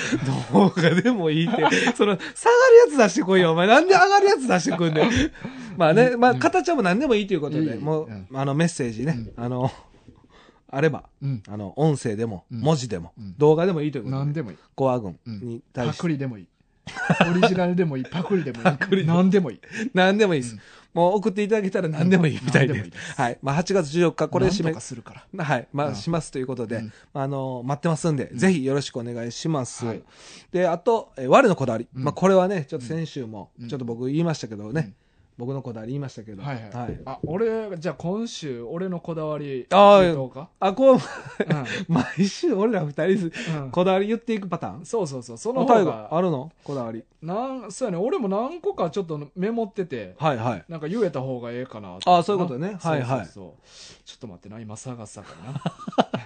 S2: 動画でもいいって。その、下がるやつ出してこいよ、お前。なんで上がるやつ出してくんねん。まあね、まあ、形はもう何でもいいということ
S1: いいい
S2: で、
S1: い
S2: もう
S1: うん、
S2: あの、メッセージね、あの、あれば、
S1: うん。
S2: あの、音声でも、
S1: うん
S2: 文字でも
S1: うん、
S2: 動画でもいいということ
S1: 何
S2: で、
S1: でもいい。
S2: コア軍
S1: うん
S2: に
S1: パ
S2: 対し
S1: ク
S2: て、
S1: リでもいい。オリジナルでもいい、 パクリでもいい。
S2: パクリでも
S1: 何でもいい。
S2: 何でもいいです。
S1: うん
S2: もう送っていただけたら何でもいいみたいで。
S1: 何でもいいです
S2: はい。まあ、8月14日、これ
S1: なん
S2: 締
S1: と
S2: め
S1: か、するから。
S2: はい。ま
S1: う
S2: あ、
S1: ん
S2: しますということで、
S1: うん
S2: あの、待ってますんで、ぜひよろしくお願いします。
S1: はい
S2: で、あと、えー我のこだわり。
S1: うん
S2: まあ、これはね、ちょっと先週も、
S1: うん
S2: ちょっと僕言いましたけどね、
S1: うん
S2: 僕のこだわり言いましたけど、
S1: はいはい。あ、俺、じゃあ今週、俺のこだわり、
S2: ああ
S1: 言うとこうか。
S2: あ、こう、
S1: う
S2: 毎週俺ら二人ず
S1: うん
S2: こだわり言っていくパターン、
S1: そうそうそう。そ
S2: お
S1: の
S2: 便
S1: 方
S2: りが
S1: が、
S2: あるのこだわり。
S1: なん、そうやね。俺も何個かちょっとメモってて、
S2: はいはい。
S1: なんか言えた方がええかな
S2: あそういうことね
S1: な
S2: はいは
S1: そうそ
S2: い
S1: うそうちょっと待ってな、今探したから な。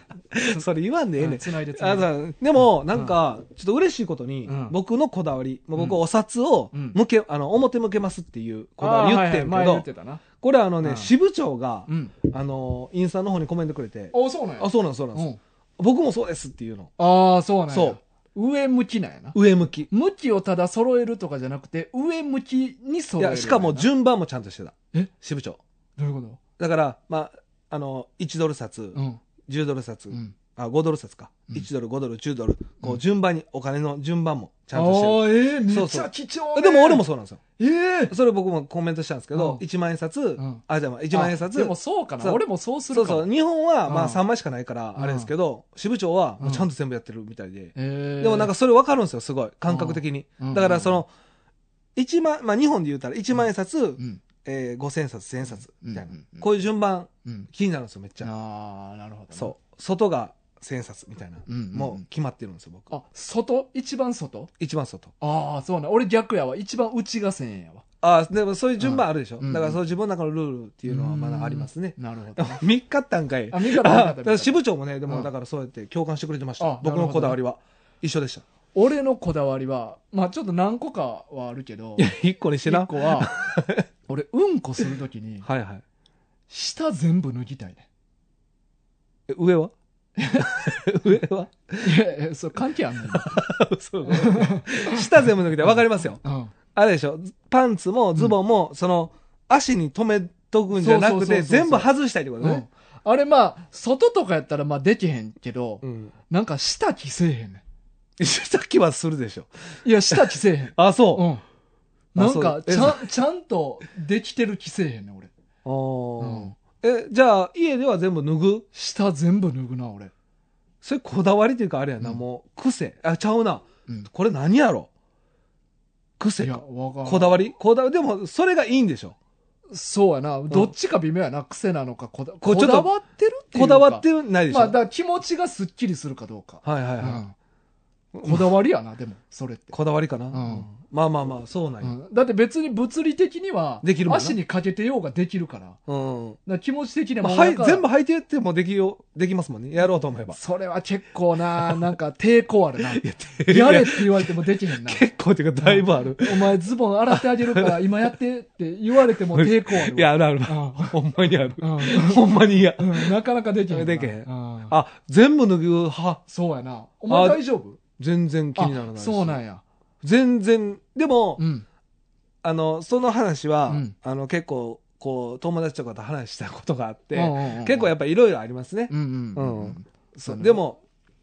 S2: それ言わんでええねん。
S1: つないでつな
S2: あ
S1: いで。
S2: そうでも、なんか、ちょっと嬉しいことに
S1: うん、
S2: 僕のこだわり、もう僕、
S1: うん
S2: お札を
S1: うん
S2: 向け、あの、表向けますっていうこだわり言ってん
S1: あ
S2: け
S1: あはいはい前言っ
S2: ど、
S1: てたな。
S2: これあの
S1: う
S2: ね、
S1: ん
S2: 支部長が
S1: う、ん。
S2: あの、インスタの方にコメントくれて、
S1: あ、そうなんや。
S2: あ、そうなんですそうなんです。
S1: うん
S2: 僕もそうですっていうの。
S1: ああ、そうなんや。
S2: そう
S1: 上向きなんやな。
S2: 上向き。い
S1: 向きをただ揃えるとかじゃなくて、上向きに揃える。
S2: や、しかも順番もちゃんとしてた
S1: え。
S2: 支部長。
S1: どういうこ
S2: だから、まあ、あの、1ドル札
S1: と、うん。
S2: 10ドル札
S1: う、ん。
S2: あ、5ドル札か。
S1: うん
S2: 1ドル、5ドル、10ドル。こ
S1: う
S2: うん順番に、お金の順番もちゃんとしてる。
S1: ああ、ええ、め
S2: そう
S1: っ
S2: そ
S1: ち
S2: う
S1: ゃ貴重ね
S2: でも俺も。そうなんですよ。
S1: ええ。
S2: それ僕もコメントしたんですけ
S1: う
S2: ど
S1: ん、
S2: 1万円札、
S1: ん
S2: あ、じゃあまあ1万円
S1: あ
S2: 札
S1: で、もそうか
S2: そ
S1: な。
S2: う
S1: 俺もそうす
S2: そ
S1: る
S2: う
S1: か
S2: そ
S1: も。
S2: う、日本はまあ
S1: うん
S2: 3枚しかないから、
S1: うん
S2: あれですけど、支部長はもううんちゃんと全部やってるみたいで。
S1: ええ
S2: でもなんか、それ分かるんですよ、すごい。感覚的に。
S1: うん
S2: だからそ、の、一万、まあ日本で言ったら1万円札
S1: う、ん。
S2: えー、5000冊、1000冊、みたいな
S1: うんうんう。ん
S2: こういう順番
S1: うん。
S2: 気になるんですよ、めっちゃ。
S1: ああ、なるほど。
S2: そう。外が1000冊みたいな。
S1: うん。うん。
S2: もう決まってるんですよ、僕。
S1: あ、外一番外
S2: 一番外。
S1: ああ、そうなん。俺逆やわ。一番内が1000円やわ。っ
S2: ああ、でもそういう順番あるでしょ。
S1: うん
S2: だからそう自分の中のルールって
S1: て
S2: いうのはまだありますね。
S1: なるほど ね。
S2: 3日ったんかい。
S1: あ、見方
S2: あ
S1: な
S2: だ
S1: か
S2: か
S1: った
S2: ら支部長もね、で
S1: う
S2: も
S1: ん
S2: だからそうやって共感してくれてまし
S1: あ
S2: た。僕
S1: なる
S2: の
S1: ほど
S2: こだわりは。一緒でした。
S1: 俺のこだわりは、まあちょっと何個かはあるけど、
S2: 一個にし
S1: 一。個 は、俺、うんこするときに、
S2: はいはい。
S1: 下全部脱ぎたいね。
S2: え上は上はい
S1: やいや、 それ関係あんねんな。
S2: そう。下全部脱ぎたい。わかりますよ。
S1: うん。
S2: あれでしょ。パンツもズボンも、その、足に留めとくんじゃな
S1: そう
S2: く
S1: そうそう
S2: て、
S1: そう
S2: 全部外したいってこと
S1: う
S2: ね
S1: ん。あれまあ、外とかやったらまあできへんけど、
S2: うん。
S1: なんか下着せえへんね
S2: さっきはするでしょ。
S1: ん。いや、下着せえへ ん。
S2: あ、そうう。
S1: ん。なん
S2: あ
S1: か、
S2: そう
S1: ちゃん、ちゃんとできてる着せえへんねん、俺。
S2: あー
S1: うん
S2: え、じゃあ、家では全部脱ぐ
S1: 下全部脱ぐな、俺。
S2: それこだわりというか、あれやな、
S1: うん
S2: もう、癖。あ、ちゃうな。
S1: うん。
S2: これ何やろ癖
S1: いや、
S2: か。
S1: わからん
S2: こだわりこだわり、でも、それがいいんでしょ
S1: そうやな。どっちか微妙やな。癖なのか、こだ、
S2: こ
S1: こ
S2: うちょっと
S1: だわってるっていうか。
S2: こだわってないでしょ、
S1: まあ、だから気持ちがすっきりするかどうか。
S2: はいはいはい、
S1: うんこだわりやな、でも、それって。
S2: こだわりかな、
S1: ん
S2: まあまあまあ、そうなん
S1: う
S2: や。
S1: んだって別に物理的には
S2: できるもんな
S1: 足にかけてようができるからだか
S2: うん。
S1: ら気持ち的には
S2: ま
S1: も
S2: あ、
S1: う
S2: は
S1: なん
S2: い、
S1: か
S2: 全部履いてってもできよ、できますもんね。やろうと思えば。
S1: それは結構ななんか抵抗あるなや
S2: い
S1: れ
S2: や
S1: って言われてもできへ んな
S2: 結構っていうか、だいぶある。
S1: お前ズボン洗ってあげるから今やってって言われても抵抗あるわ
S2: いや、あるある。ほんまにある。ほんまに嫌。
S1: うん、うん、なかなかできへんな
S2: できへ
S1: う
S2: ん
S1: ん
S2: あ、全部脱ぐ派。
S1: そうやなお前大丈夫
S2: 全然気にならない
S1: あ
S2: し。
S1: そうなんや
S2: 全然、でも、
S1: うん
S2: あの、その話は、
S1: うん
S2: あの、結構、こう、友達とかと話したことがあって、
S1: で
S2: 結構や
S1: っ
S2: っぱいろいろありますね
S1: ぱ。うんうんうん
S2: そう
S1: あの
S2: でも、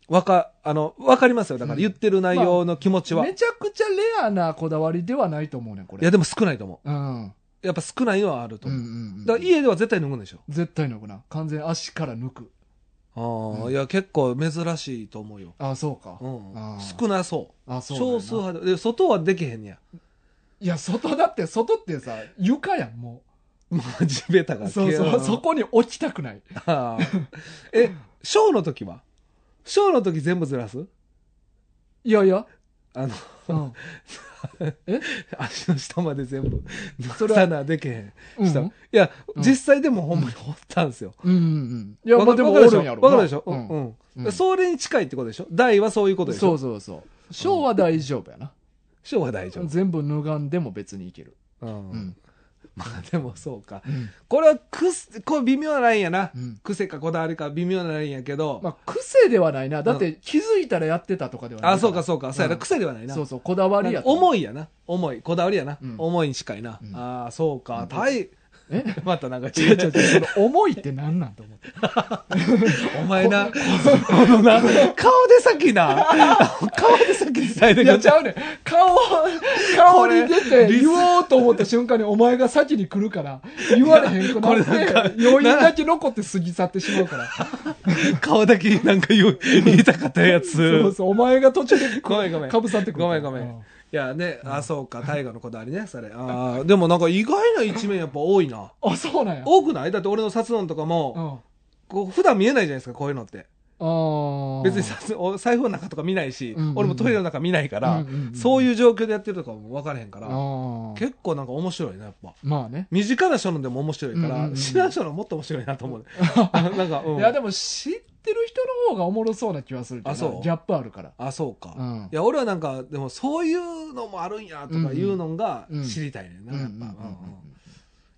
S2: わか、あの、わかりますよ。だか
S1: う
S2: ら
S1: ん
S2: 言ってる内容の気持ちは。
S1: めちゃくちゃレアなこだわりではないと思うねんこ
S2: い
S1: れ
S2: や、でも少ないと思
S1: うん
S2: う。やっぱ少ないのはあると
S1: うんうん
S2: 思う。
S1: うん
S2: だから家では絶対脱ぐんでしょ。
S1: 絶対脱ぐな完全に足から抜く
S2: ああ、
S1: うん
S2: いや、結構珍しいと思うよ。
S1: あそうか、
S2: うん
S1: あ。ー
S2: 少なそう。
S1: あそうなんや
S2: 少
S1: な
S2: 数派で。で外はできへんねや。
S1: いや外だって外ってさ床やんも
S2: もう地べた
S1: う
S2: が
S1: そうそうそ。こに置きたくない
S2: あーえ、ショーの時はショーの時全部ずらす
S1: いやいや、
S2: あの、
S1: うん、
S2: 足の下まで全部
S1: そ
S2: そ
S1: れ
S2: れ
S1: は
S2: はなでけへんした、
S1: うん
S2: いや、
S1: うん
S2: 実際でもほんまにおったんですよ、
S1: うんうんいや
S2: わ
S1: ま
S2: か
S1: あでもお
S2: わかる
S1: るんやろ
S2: わかるでしょ
S1: う
S2: うんん、
S1: うん
S2: うん
S1: うん
S2: それに近いってことでしょ大はそういうことでし
S1: そ
S2: ょ
S1: うそうそう小は大丈夫やな、
S2: 小は大丈夫、
S1: 全部脱がんでも別にいける
S2: うん
S1: うん
S2: まあでもそうか
S1: うん、
S2: これはくすこれ微妙なラインやな、
S1: うん
S2: 癖かこだわりか微妙なラインやけど、
S1: まあ癖ではないなだって気づいたらやってたとかではない
S2: あ、そうかそうか、そうや
S1: う
S2: なん癖ではないな
S1: そうそうこだわり
S2: な
S1: や
S2: んか重
S1: い
S2: いやな重いこだわりやな、
S1: うん
S2: 重いに近いな、
S1: うん
S2: ああそう
S1: う
S2: か
S1: ん
S2: 大
S1: え
S2: またなんか
S1: 違う違
S2: 違
S1: う違う、その思いって何なんと思って。
S2: お前な、このな、顔でさっきな、 顔でさっき伝えて
S1: い
S2: く
S1: や、
S2: れ
S1: ちゃうねん顔、顔に出
S2: これ
S1: て言おうと思った瞬間にお前が先に来るから、言われへんくなっ
S2: いやこれなんか
S1: て、余韻だけ残って過ぎ去ってしまうから。
S2: 顔だけなんか言う言いたかったやつ。
S1: そうそう、お前が途中で
S2: ごめんごめん。
S1: かぶさってくるか
S2: ごめ
S1: ら。
S2: んごめん。
S1: う
S2: いやね、あ、そうか、大河のこだわりね、それ。ああ、でもなんか意外な一面やっぱ多いな。
S1: あ、そうなんや。
S2: 多くないだって俺の殺音とか
S1: う
S2: も、
S1: ん
S2: こう普段見えないじゃないですか、こういうのって。
S1: あ
S2: 別に殺お財布の中とか見ないし、
S1: うんうんうん
S2: 俺もトイレの中見ないから、
S1: うんうんうん
S2: そういう状況でやってるとかも分からへんから、
S1: あー
S2: 結構なんか面白いな、やっぱ。
S1: まあね。
S2: 身近な人のでも面白いから、
S1: うんうんうん
S2: 知らん人のもっと面白いなと思う。 なんか、うん
S1: いや、でも知ってる人の方がおもろそうな気はするけどな
S2: あそう
S1: ギャップあるから。
S2: あ、そうか。
S1: うん
S2: いや、俺はなんか、でもそういうのもあるんやとかいうのが知りたいねんな、
S1: うん
S2: やっ
S1: うん
S2: ぱ。
S1: うんうん
S2: うんうん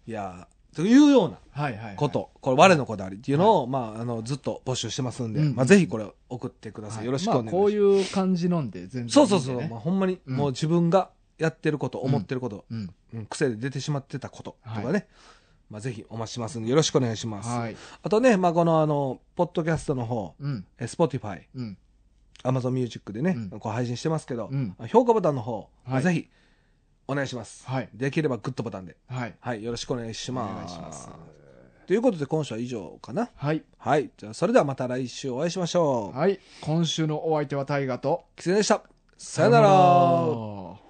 S2: いや、というような
S1: はいはいはい。
S2: こと、これ、我のこだわりっていうのを、まあ、あの、ずっと募集してますんで、
S1: うん
S2: まあ、ぜひこれ送ってくださ。
S1: はいい。
S2: よろしくお願いします。
S1: まあこういう感じのんで、全然いいんでね。
S2: そうそうそう、まあ、ほんまに、
S1: うん
S2: もう自分がやってること、思ってること、
S1: うん。
S2: うん癖で出てしまってたこととか
S1: は
S2: ね、まあ、ぜひお待ちしますんで、よろしくお願いします。
S1: はい。
S2: あとね、まあ、この、あの、ポッドキャストの方、
S1: うん。
S2: え Spotify、
S1: うん。
S2: Amazon Music でね、
S1: うん
S2: こう配信してますけど、
S1: うん
S2: 評価ボタンの方、
S1: はい
S2: ぜひ、お願いします。
S1: はい。
S2: できればグッドボタンで。
S1: はい。
S2: はい、よろしくお願いし
S1: お願
S2: ま
S1: い
S2: す。
S1: します。
S2: ということで、今週は以上かな。
S1: はい。
S2: はい、じゃあ、それではまた来週お会いしましょう。
S1: はい。今週のお相手は大河と、
S2: キツネでした。さよなら。
S1: ら。